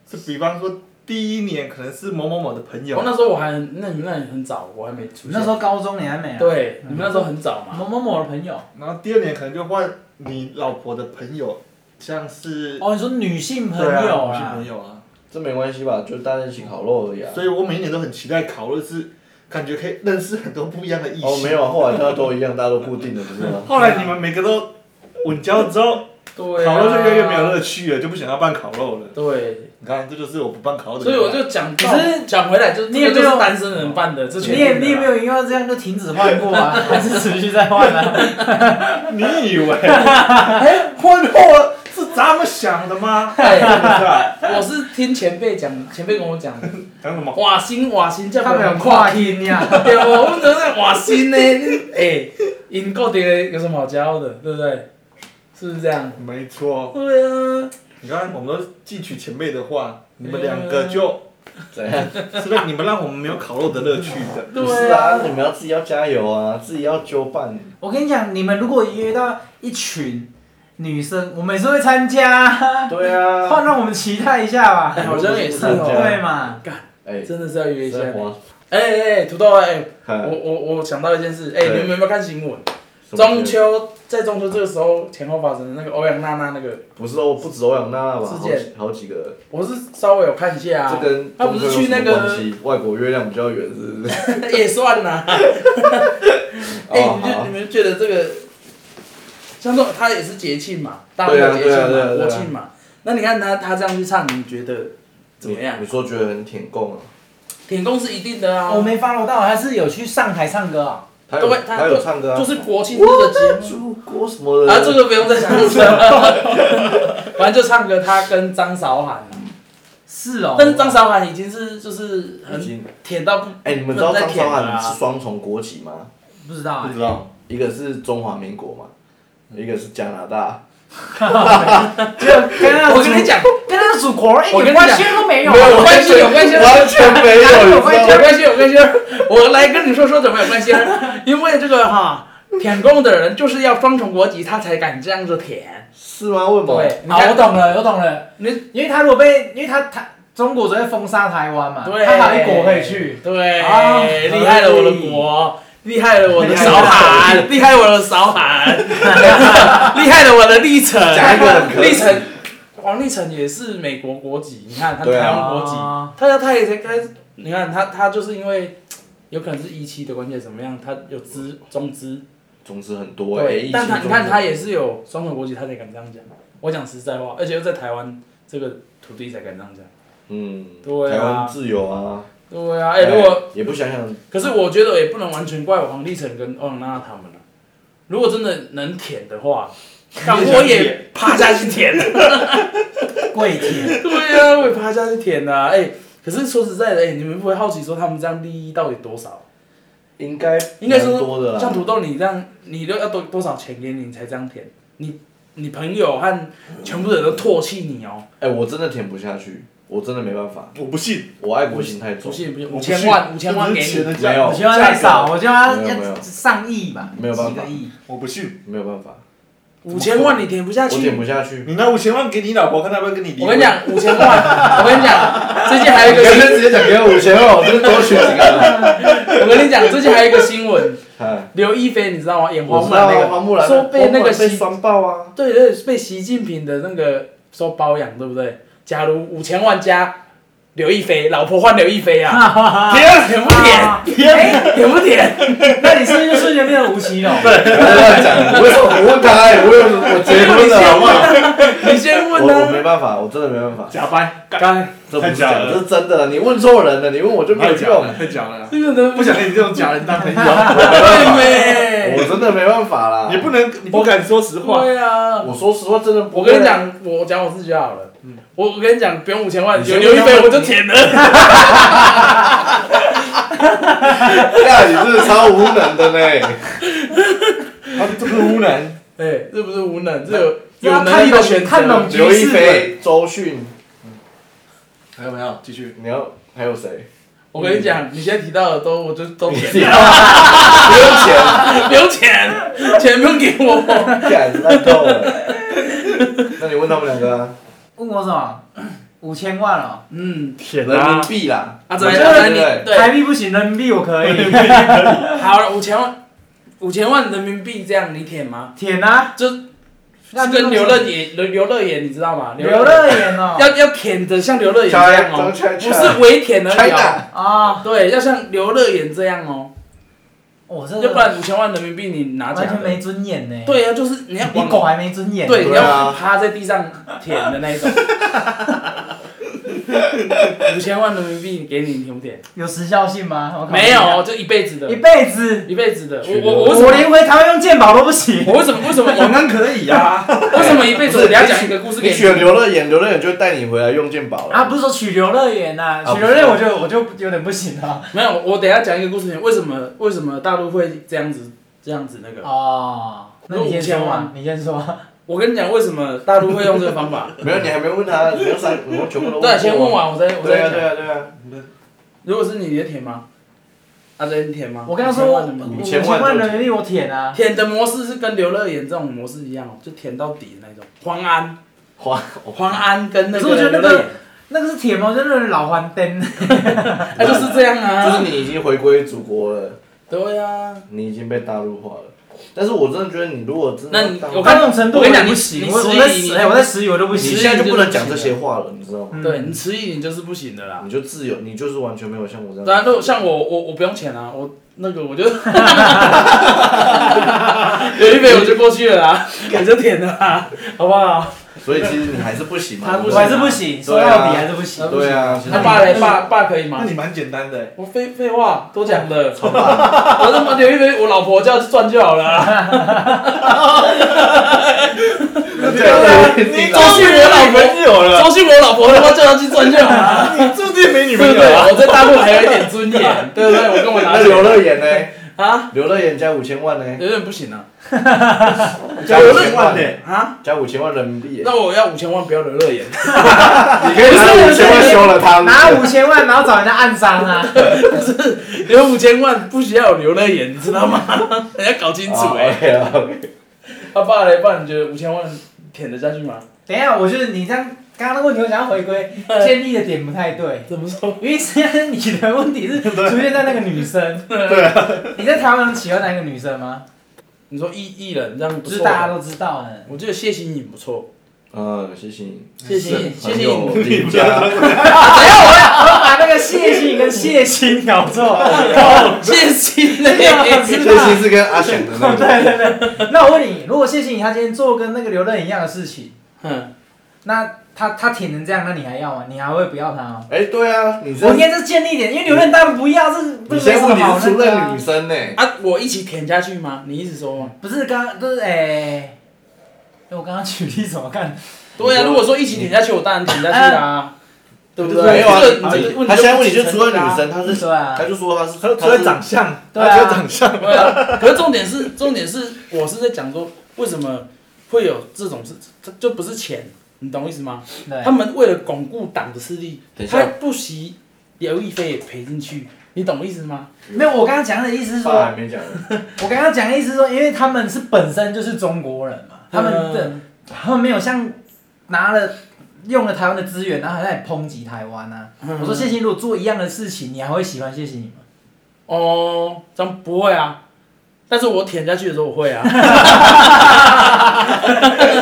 [SPEAKER 4] 是比方说第一年可能是某某某的朋
[SPEAKER 3] 哦我那
[SPEAKER 4] 友，
[SPEAKER 3] 时候我还很那你们那里很早，我还没出
[SPEAKER 2] 你
[SPEAKER 3] 现。
[SPEAKER 2] 那时候高中你还没啊，，嗯
[SPEAKER 3] 对，你们那时候很早嘛。
[SPEAKER 2] 某某某的朋友，
[SPEAKER 4] 然后第二年可能就换你老婆的朋友，像是
[SPEAKER 2] 哦，你说女性朋
[SPEAKER 4] 对
[SPEAKER 2] 友
[SPEAKER 4] 啊，是
[SPEAKER 2] 啦
[SPEAKER 4] 朋，友啊，
[SPEAKER 1] 这没关系吧，就大家一起烤肉而已啊。
[SPEAKER 4] 所以我每一年都很期待烤肉是。感觉可以认识很多不一样的异性。
[SPEAKER 1] 哦，没有，后来大家都一样，大家都固定的，不是 *laughs* 吗？
[SPEAKER 4] 后来你们每个都稳交之后，
[SPEAKER 3] 对啊。
[SPEAKER 4] 烤肉就越来越没有乐趣了，就不想要办烤肉了。
[SPEAKER 3] 对，
[SPEAKER 4] 你看，这就是我不办烤肉的
[SPEAKER 3] 所以
[SPEAKER 4] 原因。
[SPEAKER 3] 我就讲
[SPEAKER 2] 可
[SPEAKER 3] 到，
[SPEAKER 2] 是
[SPEAKER 3] 讲回来，就是
[SPEAKER 2] 你也
[SPEAKER 3] 这个就
[SPEAKER 2] 没
[SPEAKER 3] 是
[SPEAKER 2] 有
[SPEAKER 3] 单身人办的，这
[SPEAKER 2] 你也你也没
[SPEAKER 3] 有。
[SPEAKER 2] 有因为这样就停止换过啊，还是持续在换啊？
[SPEAKER 4] 你以为？哎，婚后是这么想的 *laughs* 吗？
[SPEAKER 3] 哎
[SPEAKER 4] 对不对？
[SPEAKER 3] 我是听前辈讲，前辈跟
[SPEAKER 2] *laughs*
[SPEAKER 3] 我讲，
[SPEAKER 4] 讲什么？
[SPEAKER 3] 瓦新瓦新叫
[SPEAKER 2] 他们有跨音呀，
[SPEAKER 3] *laughs* 对啊，我们都在瓦新呢。你哎，英国的有什么好骄傲的，对不对？是不是这样？
[SPEAKER 4] 没错，
[SPEAKER 3] 对啊，
[SPEAKER 4] 你看，我们都汲取前辈的话，你们两个就
[SPEAKER 1] 怎样？
[SPEAKER 4] 是让你们让我们没有烤肉的乐趣的。
[SPEAKER 1] 不是
[SPEAKER 3] 对啊
[SPEAKER 1] 啊，你们要自己要加油啊，自己要揪伴。
[SPEAKER 2] 我跟你讲，你们如果约到一群女生，我们也是会参加，
[SPEAKER 1] 对啊
[SPEAKER 2] 换让我们期待一下吧，
[SPEAKER 3] 哎好像也是
[SPEAKER 1] 对啊
[SPEAKER 3] 哦，
[SPEAKER 2] 对嘛？
[SPEAKER 1] 哎，
[SPEAKER 3] 真的是要约一下。
[SPEAKER 1] 在滑
[SPEAKER 3] 哎哎，哎土豆哎，我
[SPEAKER 1] 看
[SPEAKER 3] 我我想到一件事，哎，
[SPEAKER 1] 呃对
[SPEAKER 3] 你们有没有看新闻？
[SPEAKER 1] 什么
[SPEAKER 3] 中
[SPEAKER 1] 节目
[SPEAKER 3] 秋在中秋这个时候前后发生的那个欧阳娜娜那个，
[SPEAKER 1] 不是哦，不止欧阳娜娜吧，好
[SPEAKER 3] 事
[SPEAKER 1] 几
[SPEAKER 3] 件
[SPEAKER 1] 好几个，
[SPEAKER 3] 我是稍微有看一下
[SPEAKER 1] 这
[SPEAKER 3] 啊，
[SPEAKER 1] 跟
[SPEAKER 3] 他不是
[SPEAKER 1] 中秋有
[SPEAKER 3] 去那
[SPEAKER 1] 什么关
[SPEAKER 3] 个
[SPEAKER 1] 系？外国月亮比较圆，是不是？
[SPEAKER 3] *laughs* 也
[SPEAKER 1] *laughs*
[SPEAKER 3] 算啦。哎，
[SPEAKER 1] 哦
[SPEAKER 3] 你
[SPEAKER 1] 好
[SPEAKER 3] 就你们觉得这个，像这种它也是节庆嘛，大陆
[SPEAKER 1] 对啊
[SPEAKER 3] 的节庆
[SPEAKER 1] 对啊
[SPEAKER 3] 嘛，
[SPEAKER 1] 对啊对啊
[SPEAKER 3] 国庆嘛。那你看他他这样去唱，你觉得怎么样
[SPEAKER 1] 你？你说觉得很舔共啊？
[SPEAKER 3] 舔共是一定的啊
[SPEAKER 2] 哦我，没 follow 到，他是有去上台唱歌啊、
[SPEAKER 1] 他
[SPEAKER 3] 都
[SPEAKER 1] 有
[SPEAKER 3] 会
[SPEAKER 1] 他有唱歌啊，
[SPEAKER 3] 就是国庆日的节目。
[SPEAKER 1] 祖国什么的
[SPEAKER 3] 啊，这个不用再讲
[SPEAKER 1] *laughs*
[SPEAKER 3] 了，反正就唱歌，他跟张韶涵啊，
[SPEAKER 2] 是哦，
[SPEAKER 3] 但是张韶涵已经是就是
[SPEAKER 1] 已
[SPEAKER 3] 很
[SPEAKER 1] 经
[SPEAKER 3] 甜到不，
[SPEAKER 1] 哎，你们知道
[SPEAKER 3] 不
[SPEAKER 1] 张
[SPEAKER 3] 能再
[SPEAKER 1] 韶
[SPEAKER 3] 舔了
[SPEAKER 1] 涵
[SPEAKER 3] 啊
[SPEAKER 1] 是双重国籍吗？
[SPEAKER 2] 不知道哎、
[SPEAKER 4] 道，
[SPEAKER 1] 一个是中华民国嘛，一个是加拿大。哎
[SPEAKER 2] 跟他
[SPEAKER 3] 我跟你讲，
[SPEAKER 2] 跟他祖国一
[SPEAKER 3] 我
[SPEAKER 2] 点
[SPEAKER 3] 跟你讲
[SPEAKER 2] 关系都没有
[SPEAKER 3] 没有
[SPEAKER 2] 啊。
[SPEAKER 3] 我关系有关系
[SPEAKER 1] 完全没有，
[SPEAKER 2] 有
[SPEAKER 3] *laughs*
[SPEAKER 1] 你知道
[SPEAKER 2] 关系
[SPEAKER 3] 有
[SPEAKER 1] 吗？
[SPEAKER 3] 关系有关系，我来跟你说说怎么有关系，啊
[SPEAKER 1] *laughs*
[SPEAKER 3] 因为这个哈。舔共的人就是要双重国籍，他才敢这样子舔。
[SPEAKER 1] 是吗？为什么？
[SPEAKER 3] 对，你
[SPEAKER 2] 好，我
[SPEAKER 3] 看，
[SPEAKER 2] 懂了，我懂了。
[SPEAKER 3] 你
[SPEAKER 2] 因为他如果被，因为他他中国只会封杀台湾嘛，
[SPEAKER 3] 对，
[SPEAKER 2] 他哪一国可以去？
[SPEAKER 3] 对，
[SPEAKER 2] 啊
[SPEAKER 3] 厉害了我的国，厉害了我的韶涵，厉害我的韶
[SPEAKER 1] *laughs*
[SPEAKER 3] 涵，厉害了我的历程，
[SPEAKER 1] 讲一个很可
[SPEAKER 3] 历
[SPEAKER 1] 耻
[SPEAKER 3] 程，王历程也是美国国籍，你看他
[SPEAKER 1] 对啊
[SPEAKER 3] 台湾国籍，
[SPEAKER 2] 啊
[SPEAKER 3] 他他也才开始，你看他他就是因为有可能是一期的关键怎么样，他有资中资，
[SPEAKER 1] 种子很多哎、
[SPEAKER 3] 对，但他
[SPEAKER 1] 一
[SPEAKER 3] 你
[SPEAKER 1] 起
[SPEAKER 3] 看
[SPEAKER 1] 种
[SPEAKER 3] 他
[SPEAKER 1] 子
[SPEAKER 3] 也是有双重国籍，他才敢这样讲。我讲实在话，而且又在台湾这个土地才敢这样讲。
[SPEAKER 1] 嗯，
[SPEAKER 3] 对啊
[SPEAKER 1] 台湾自由啊，
[SPEAKER 3] 对啊，哎、如果
[SPEAKER 1] 也不想想，
[SPEAKER 3] 可是我觉得也不能完全怪黄立成跟欧阳娜娜他们了、如果真的能舔的话，
[SPEAKER 2] *laughs*
[SPEAKER 3] 但我也趴下去舔。
[SPEAKER 2] 跪舔，
[SPEAKER 3] 对啊，我也趴下去舔啊。哎、可是说实在的，哎、你们不会好奇说他们这样利益到底多少？
[SPEAKER 1] 应该
[SPEAKER 3] 应该
[SPEAKER 1] 蛮多的
[SPEAKER 3] 说，像
[SPEAKER 1] 啦，
[SPEAKER 3] 土豆你这样，你都要多多少钱给你你才这样舔？你你朋友和全部人都唾弃你哦、
[SPEAKER 1] 哎、我真的舔不下去，我真的没办法，
[SPEAKER 4] 我不信，
[SPEAKER 1] 我爱国心太
[SPEAKER 3] 不
[SPEAKER 1] 重，
[SPEAKER 3] 信不信，
[SPEAKER 4] 我
[SPEAKER 3] 五
[SPEAKER 4] 不信
[SPEAKER 3] 千万五千万给
[SPEAKER 4] 这不是钱
[SPEAKER 3] 你，
[SPEAKER 4] 的价
[SPEAKER 1] 没有
[SPEAKER 2] 我希望太少，我希望
[SPEAKER 1] 没有没
[SPEAKER 2] 要
[SPEAKER 1] 有
[SPEAKER 2] 上亿吧，
[SPEAKER 1] 没有办
[SPEAKER 2] 几
[SPEAKER 1] 法
[SPEAKER 2] 个亿。
[SPEAKER 4] 我不信。
[SPEAKER 1] 没有办法，
[SPEAKER 3] 五千万你舔不下
[SPEAKER 1] 我舔
[SPEAKER 3] 去。
[SPEAKER 1] 不下去。
[SPEAKER 4] 你拿五千万给你老婆，看她要不要跟你离婚。
[SPEAKER 3] 我跟你，讲，五千万，我跟你讲，最近还有一个
[SPEAKER 1] 干脆直接讲给我五千万，我就多取几 *laughs* 个。
[SPEAKER 3] 我跟你讲，最近还有一个新闻，
[SPEAKER 1] 哎，
[SPEAKER 3] 刘亦菲你知道吗？演
[SPEAKER 1] 我
[SPEAKER 3] 黄
[SPEAKER 1] 知
[SPEAKER 3] 木
[SPEAKER 1] 道
[SPEAKER 3] 兰
[SPEAKER 1] 啊，
[SPEAKER 3] 那个，
[SPEAKER 1] 花木兰
[SPEAKER 3] 说被那个
[SPEAKER 1] 被
[SPEAKER 3] 习
[SPEAKER 1] 酸爆啊，
[SPEAKER 3] 对对，被习近平的那个说包养，对不对？假如五千万加刘亦菲，老婆换刘亦菲啊，
[SPEAKER 1] *laughs*
[SPEAKER 2] 啊
[SPEAKER 3] 舔舔不舔？舔不舔？
[SPEAKER 2] 那你是不是就瞬间变成吴奇隆？
[SPEAKER 1] *laughs* 不要乱讲，我有我问他，哎我有我结婚了，好不好？
[SPEAKER 3] 你先问 *laughs* 啊
[SPEAKER 1] 我我没
[SPEAKER 3] 他。
[SPEAKER 1] 办法，我真的没办法，
[SPEAKER 4] 假掰，干
[SPEAKER 3] 刚才
[SPEAKER 1] 这不是
[SPEAKER 4] 太假
[SPEAKER 1] 假的，
[SPEAKER 4] 了
[SPEAKER 1] 这是真的。你问错人了，你问我就没有
[SPEAKER 4] 太假
[SPEAKER 1] 用
[SPEAKER 4] 了，。太假了，
[SPEAKER 3] 这个呢，
[SPEAKER 4] 不想跟你这种假人当朋
[SPEAKER 3] *laughs*
[SPEAKER 4] 友，
[SPEAKER 3] 对呗？
[SPEAKER 1] 我真的没办法啦。
[SPEAKER 4] 你不能，你不敢说实话。
[SPEAKER 3] 对啊，
[SPEAKER 1] 我说实话，真的不
[SPEAKER 3] 我
[SPEAKER 1] 会嗯
[SPEAKER 3] 跟你，讲，我讲我自己就好了。我我跟你讲，不用五千万，
[SPEAKER 1] 你
[SPEAKER 3] 有
[SPEAKER 1] 先
[SPEAKER 3] 刘亦
[SPEAKER 1] 问
[SPEAKER 3] 菲
[SPEAKER 1] 他
[SPEAKER 3] 我就舔了。
[SPEAKER 1] *laughs* 那哎你真的超无能的呢。
[SPEAKER 4] 他这不是污染，
[SPEAKER 3] 哎，这不是无能，这有
[SPEAKER 2] 那
[SPEAKER 3] 有能力的选择。
[SPEAKER 2] 看懂看懂
[SPEAKER 1] 刘亦菲、周迅，
[SPEAKER 4] 还有没有？继续。
[SPEAKER 1] 你要还
[SPEAKER 3] *laughs*
[SPEAKER 1] 有谁？
[SPEAKER 3] 我跟你讲，你现在提到的都，我就都
[SPEAKER 1] 你
[SPEAKER 3] 舔
[SPEAKER 1] 自己不用钱，
[SPEAKER 3] *laughs* 不用钱，钱不用给我。
[SPEAKER 1] *laughs* 干烂
[SPEAKER 3] *laughs*
[SPEAKER 1] 透了。那你问他们两个啊，
[SPEAKER 2] 问我什么？五千万哦，
[SPEAKER 3] 嗯，
[SPEAKER 4] 舔
[SPEAKER 1] 人民币啦，
[SPEAKER 3] 啊，怎
[SPEAKER 1] 对
[SPEAKER 3] 么
[SPEAKER 1] 对
[SPEAKER 3] 样？
[SPEAKER 1] 对
[SPEAKER 3] 你
[SPEAKER 2] 台
[SPEAKER 3] 对，
[SPEAKER 2] 币不行，人民币我可以
[SPEAKER 3] 好了，五千万，五千万人民币这样你舔吗？
[SPEAKER 2] 舔啊。
[SPEAKER 3] 就
[SPEAKER 2] 那
[SPEAKER 3] 跟刘乐也刘刘乐也你知道吗？
[SPEAKER 2] 刘
[SPEAKER 3] 乐
[SPEAKER 2] 乐言哦，
[SPEAKER 3] 要要舔的像刘乐也这样哦，
[SPEAKER 1] China，
[SPEAKER 3] 不是微舔而已哦。
[SPEAKER 1] China，
[SPEAKER 2] 啊，
[SPEAKER 3] 对，要像刘乐言这样哦，
[SPEAKER 2] 我这
[SPEAKER 3] 要不然五千万人民币你拿
[SPEAKER 2] 嗯完
[SPEAKER 3] 假
[SPEAKER 2] 全没
[SPEAKER 3] 的。
[SPEAKER 2] 尊严呢。，
[SPEAKER 3] 对啊，就是你要
[SPEAKER 2] 比狗还没尊严。
[SPEAKER 3] 对，你
[SPEAKER 1] 对啊
[SPEAKER 3] 要趴在地上舔的那一种。五千万人民币给你，你舔不舔？
[SPEAKER 2] 有时效性吗？我考虑一
[SPEAKER 3] 没
[SPEAKER 2] 下
[SPEAKER 3] 有，，就一辈子的
[SPEAKER 2] 一，辈子。
[SPEAKER 3] 一辈子的。我
[SPEAKER 1] 取
[SPEAKER 3] 我
[SPEAKER 1] 流
[SPEAKER 3] 我为什
[SPEAKER 2] 我
[SPEAKER 3] 么
[SPEAKER 2] 连回台湾用鉴宝都不行。
[SPEAKER 3] 我为什么为什么
[SPEAKER 4] 刚可以啊。
[SPEAKER 3] 为什么一辈子
[SPEAKER 1] 不
[SPEAKER 3] 我
[SPEAKER 1] 是
[SPEAKER 3] 要讲一个故事给
[SPEAKER 1] 你
[SPEAKER 3] 你？
[SPEAKER 1] 选刘乐言，刘乐言就会带你回来用鉴宝了
[SPEAKER 2] 啊，不是说取刘乐言呐，
[SPEAKER 1] 啊
[SPEAKER 2] 取刘乐言我就我就有点不行了。
[SPEAKER 3] 没有，我等一下讲一个故事给你。为什么为什么大陆会这样子这样子那个？
[SPEAKER 2] 哦，那你先说
[SPEAKER 3] 那
[SPEAKER 2] 嘛，你先说。啊
[SPEAKER 3] 我跟你讲，为什么大陆会用这个方法？
[SPEAKER 1] 没有，你还没问他，你要三，我们全部都
[SPEAKER 3] 对，先问
[SPEAKER 1] 过啊。
[SPEAKER 3] 完我再我
[SPEAKER 1] 对啊，
[SPEAKER 3] 再讲。
[SPEAKER 1] 对啊，对啊。
[SPEAKER 3] 如果是你，你会舔吗？阿珍你舔啊吗？
[SPEAKER 2] 我跟他
[SPEAKER 3] 你
[SPEAKER 2] 说，
[SPEAKER 3] 舔
[SPEAKER 2] 我
[SPEAKER 3] 完了吗
[SPEAKER 1] 你
[SPEAKER 2] 五
[SPEAKER 1] 五
[SPEAKER 2] 千
[SPEAKER 1] 千
[SPEAKER 2] 万
[SPEAKER 1] 万
[SPEAKER 2] 人民币我舔啊，
[SPEAKER 3] 舔的模式是跟刘乐言这种模式一样哦，就舔到底的那种。黄安，
[SPEAKER 1] 黄
[SPEAKER 3] 黄安跟那
[SPEAKER 2] 可是我觉
[SPEAKER 3] 个
[SPEAKER 2] 得那
[SPEAKER 3] 刘
[SPEAKER 2] 个
[SPEAKER 3] 乐言，
[SPEAKER 2] 那个是舔吗？就是老黄灯。
[SPEAKER 3] 他哎就是这样
[SPEAKER 1] 就是
[SPEAKER 3] 啊。
[SPEAKER 1] 你已经回归祖国了，
[SPEAKER 3] 对啊。
[SPEAKER 1] 你已经被大陆化了。但是我真的觉得你如果真的
[SPEAKER 3] 那你
[SPEAKER 1] 到大陆
[SPEAKER 3] 我
[SPEAKER 2] 到
[SPEAKER 3] 看
[SPEAKER 2] 那种程度
[SPEAKER 3] 我跟你讲
[SPEAKER 2] 也不
[SPEAKER 3] 你
[SPEAKER 2] 行，
[SPEAKER 3] 你
[SPEAKER 2] 我
[SPEAKER 3] 十
[SPEAKER 2] 我
[SPEAKER 3] 亿
[SPEAKER 2] 在
[SPEAKER 3] 你
[SPEAKER 2] 十，哎，我在十我都不
[SPEAKER 1] 你
[SPEAKER 2] 行。
[SPEAKER 1] 现在就不能讲这些话了，你知道吗？
[SPEAKER 2] 嗯
[SPEAKER 3] 对你迟疑，你就是不行的啦。
[SPEAKER 1] 你就自由，你就是完全没有像我这
[SPEAKER 3] 对啊，
[SPEAKER 1] 样。
[SPEAKER 3] 那像我，我我不用钱啊，我那个我 *laughs* 就，有一杯我就过去了 *laughs* 啦，我就舔了啊啦，好不 *laughs* 好？
[SPEAKER 1] 所以其实你还是不行嘛。
[SPEAKER 3] 他
[SPEAKER 1] 对
[SPEAKER 3] 不
[SPEAKER 1] 对
[SPEAKER 2] 我还是不行，
[SPEAKER 3] 啊
[SPEAKER 2] 说到底还是不行。
[SPEAKER 1] 对啊，
[SPEAKER 3] 他爸嘞，爸爸可以吗
[SPEAKER 4] 那？你蛮简单的欸，
[SPEAKER 3] 我废废话都讲了，我他妈有一杯我老婆叫赚就好了啦，
[SPEAKER 1] *laughs* 对
[SPEAKER 4] 你
[SPEAKER 1] 你
[SPEAKER 4] 注定
[SPEAKER 3] 哎
[SPEAKER 4] 没女朋友了，
[SPEAKER 3] 相信我老婆他妈叫她去赚就好了，
[SPEAKER 4] 你啊注定没女
[SPEAKER 3] 对
[SPEAKER 4] 朋
[SPEAKER 3] 不
[SPEAKER 4] 友
[SPEAKER 3] 对？
[SPEAKER 2] 啊
[SPEAKER 4] 了。
[SPEAKER 3] 我在大陆还有一点尊
[SPEAKER 2] *laughs*
[SPEAKER 3] 严，对不对？我跟我拿
[SPEAKER 1] 那刘乐言
[SPEAKER 3] *laughs*
[SPEAKER 1] 呢？
[SPEAKER 3] 啊，
[SPEAKER 1] 刘乐言加五千万呢？
[SPEAKER 3] *laughs* 有点不行啊
[SPEAKER 1] 加
[SPEAKER 4] 有
[SPEAKER 1] 五
[SPEAKER 4] 人
[SPEAKER 1] 千
[SPEAKER 4] 管
[SPEAKER 1] 万
[SPEAKER 4] 的，
[SPEAKER 3] 啊！
[SPEAKER 1] 加五千万人民币耶。
[SPEAKER 3] 那我要五千万不要惹乐 *laughs*
[SPEAKER 1] *laughs*
[SPEAKER 3] 眼，
[SPEAKER 1] 你可以拿五千万修了啊他。
[SPEAKER 2] 拿五千万，然后找人家暗杀他，
[SPEAKER 3] 有五千万不需要有流泪眼，你知道吗？ *laughs* 人家搞清
[SPEAKER 2] 哦
[SPEAKER 3] 楚哎、
[SPEAKER 1] 哎。OK，OK
[SPEAKER 3] 他爸嘞，爸，你觉得五千万舔得下去吗？
[SPEAKER 2] 等一下，我觉得你这样刚刚的问题，我想要回归建立的点不太对，
[SPEAKER 3] 怎么说？
[SPEAKER 2] 因为现在你的问题
[SPEAKER 1] *laughs*
[SPEAKER 2] 是出现在那个女生。
[SPEAKER 4] 对啊，
[SPEAKER 2] 你在台湾有喜欢哪一个女生吗？
[SPEAKER 3] 你说艺艺人这样不
[SPEAKER 2] 就是
[SPEAKER 3] 错
[SPEAKER 2] 大家
[SPEAKER 3] 吧，
[SPEAKER 2] 都知道的。 *laughs*
[SPEAKER 3] 我觉得谢欣颖不错，
[SPEAKER 1] 嗯，谢谢你，
[SPEAKER 3] 谢欣颖，谢
[SPEAKER 1] 很
[SPEAKER 3] 欣
[SPEAKER 1] 有
[SPEAKER 3] 颖，
[SPEAKER 1] 评价。
[SPEAKER 2] 等一下，我要我要把那个谢欣跟
[SPEAKER 1] *laughs*
[SPEAKER 2] 谢欣搞错。
[SPEAKER 3] *laughs*
[SPEAKER 2] 哦
[SPEAKER 3] 谢欣
[SPEAKER 2] 这样子
[SPEAKER 3] 嘞，
[SPEAKER 1] 谢欣是跟阿翔的那个，
[SPEAKER 2] 对对对。那我问你，如果谢欣她今天做跟那个刘乐一样的事情，
[SPEAKER 3] 嗯，
[SPEAKER 2] 那她她舔成这样，那你还要吗？你还会不要她吗？
[SPEAKER 1] 哎，对啊，你这
[SPEAKER 2] 我应该是建立一点，因为刘任当然不要，这这
[SPEAKER 1] 你
[SPEAKER 2] 没
[SPEAKER 1] 先
[SPEAKER 2] 什
[SPEAKER 1] 问
[SPEAKER 2] 么
[SPEAKER 1] 你
[SPEAKER 2] 好
[SPEAKER 1] 是
[SPEAKER 2] 那
[SPEAKER 1] 除
[SPEAKER 2] 个
[SPEAKER 1] 了
[SPEAKER 2] 啊
[SPEAKER 1] 女。生呢？
[SPEAKER 3] 啊，我一起舔下去吗？你一直说
[SPEAKER 1] 嗯
[SPEAKER 3] 吗？
[SPEAKER 2] 不是刚刚就是哎、哎我刚刚举例怎么看？
[SPEAKER 3] 对呀、
[SPEAKER 1] 你说嗯
[SPEAKER 3] 如果说一起舔下去，我当然舔下去啊，对不对？
[SPEAKER 1] 没有啊
[SPEAKER 3] 这个你这个问题就不
[SPEAKER 1] 他现在问你就
[SPEAKER 3] 成
[SPEAKER 1] 除了
[SPEAKER 3] 立的啊
[SPEAKER 1] 女生，他是
[SPEAKER 2] 对啊
[SPEAKER 1] 他就说他是
[SPEAKER 4] 除
[SPEAKER 1] 他
[SPEAKER 4] 了
[SPEAKER 1] 是
[SPEAKER 4] 长相，
[SPEAKER 2] 对啊
[SPEAKER 4] 他除了长相，
[SPEAKER 3] 对啊，可是重点是，重点是，我是在讲说，为什么会有这种事，这就不是钱，你懂我意思吗？
[SPEAKER 2] 对，
[SPEAKER 3] 他们为了巩固党的势力
[SPEAKER 1] 等，一下
[SPEAKER 3] 他不惜刘亦菲也赔进去，你懂我意思吗？
[SPEAKER 2] 没有我刚刚讲的意思是
[SPEAKER 1] 爸
[SPEAKER 2] 说，
[SPEAKER 1] 还没讲，
[SPEAKER 2] 我刚刚讲的意思是说，因为他们是本身就是中国人嘛，他们的、
[SPEAKER 3] 嗯
[SPEAKER 2] 他们没有像拿了用了台湾的资源，然后还在抨击台湾啊。
[SPEAKER 3] 嗯
[SPEAKER 2] 我说谢欣如果做一样的事情，你还会喜欢谢欣颖吗？
[SPEAKER 3] 哦，这样不会啊，但是我舔下去的时候我会啊，
[SPEAKER 2] 我我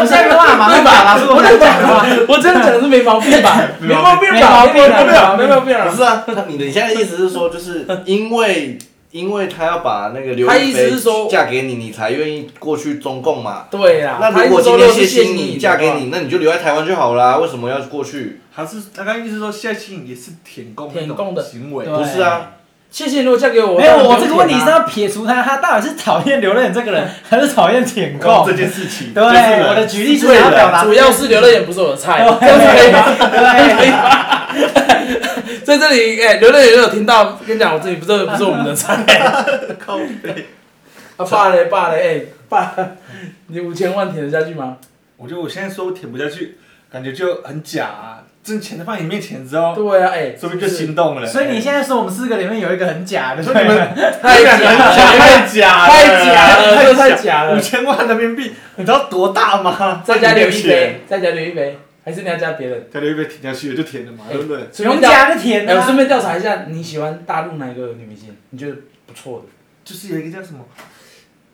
[SPEAKER 2] 现在没办法马上表达出我想讲的话。
[SPEAKER 3] *laughs* 我这样讲是没毛病吧？没毛病
[SPEAKER 2] 没
[SPEAKER 3] 吧？
[SPEAKER 2] 毛
[SPEAKER 3] 没
[SPEAKER 2] 病
[SPEAKER 3] 毛病吧？
[SPEAKER 2] 没毛病
[SPEAKER 3] 没毛病
[SPEAKER 1] 不
[SPEAKER 3] 啊！
[SPEAKER 1] 是啊， *laughs* 他你的你现在的意思是说，就是因为因为他要把那个刘
[SPEAKER 3] 他
[SPEAKER 1] 亦
[SPEAKER 3] 意思
[SPEAKER 1] 菲
[SPEAKER 3] 是说
[SPEAKER 1] 嫁给你，你才愿意过去中共嘛？
[SPEAKER 3] 对啦，
[SPEAKER 1] 那如
[SPEAKER 3] 他一
[SPEAKER 1] 果
[SPEAKER 3] 直
[SPEAKER 1] 今
[SPEAKER 3] 说
[SPEAKER 1] 天
[SPEAKER 3] 都是
[SPEAKER 1] 谢欣
[SPEAKER 3] 你
[SPEAKER 1] 你
[SPEAKER 3] 的
[SPEAKER 1] 嫁给
[SPEAKER 3] 话
[SPEAKER 1] 你，那你就留在台湾就好啦，为什么要过去？
[SPEAKER 4] 还是他刚意思说谢欣颖也是舔共那种
[SPEAKER 3] 舔共的
[SPEAKER 4] 行为，
[SPEAKER 2] 对
[SPEAKER 1] 不是啊，
[SPEAKER 3] 谢谢，如果嫁给
[SPEAKER 2] *laughs*
[SPEAKER 3] 我，
[SPEAKER 2] 没有，
[SPEAKER 3] 当然
[SPEAKER 2] 我
[SPEAKER 3] 不
[SPEAKER 2] 这
[SPEAKER 3] 用
[SPEAKER 2] 个问题
[SPEAKER 3] 舔啊
[SPEAKER 2] 是要撇除他，他到底是讨厌刘任这个人，还是讨厌舔狗
[SPEAKER 4] 共这？件事情，
[SPEAKER 2] 对，
[SPEAKER 4] 就是人
[SPEAKER 2] 我的举例是想要啊表达
[SPEAKER 3] 啊
[SPEAKER 2] 哦啊
[SPEAKER 3] 主要是刘乐眼不是我的菜，这样子可以吗？可以 *laughs*
[SPEAKER 2] 对，
[SPEAKER 3] 吗？ *laughs* 在这里，哎、刘乐眼有听到，跟你讲，我这里不是不是我们的菜。
[SPEAKER 4] 靠背。
[SPEAKER 3] 啊，爸嘞，爸嘞，哎、爸，你五千万舔得下去吗？
[SPEAKER 4] 我觉得我现在说我舔不下去，感觉就很假啊。挣钱的放你面前之后，
[SPEAKER 3] 对啊，哎、
[SPEAKER 4] 说不定就心动了。
[SPEAKER 2] 所以你现在说我们四个里面有一个很假的，
[SPEAKER 4] 所
[SPEAKER 2] 对
[SPEAKER 4] 以你
[SPEAKER 2] 不
[SPEAKER 4] 们
[SPEAKER 2] 对
[SPEAKER 3] 太假了，
[SPEAKER 4] *laughs* 太假了，
[SPEAKER 3] 太假了，这太假
[SPEAKER 4] 五
[SPEAKER 3] 了。
[SPEAKER 4] 千万人民币，你知道多大吗？
[SPEAKER 3] 再加刘一杯，再加刘一杯，还是你要加别人？
[SPEAKER 4] 再留一杯舔下去了就舔了嘛，
[SPEAKER 3] 哎
[SPEAKER 4] 对不对？
[SPEAKER 2] 不
[SPEAKER 3] 顺
[SPEAKER 2] 用
[SPEAKER 3] 便调，
[SPEAKER 2] 假就舔
[SPEAKER 3] 哎、我
[SPEAKER 2] 啊
[SPEAKER 3] 顺。便调查一下，你喜欢大陆哪一个女明星？你觉得不错的？
[SPEAKER 4] 就是有一个叫什么，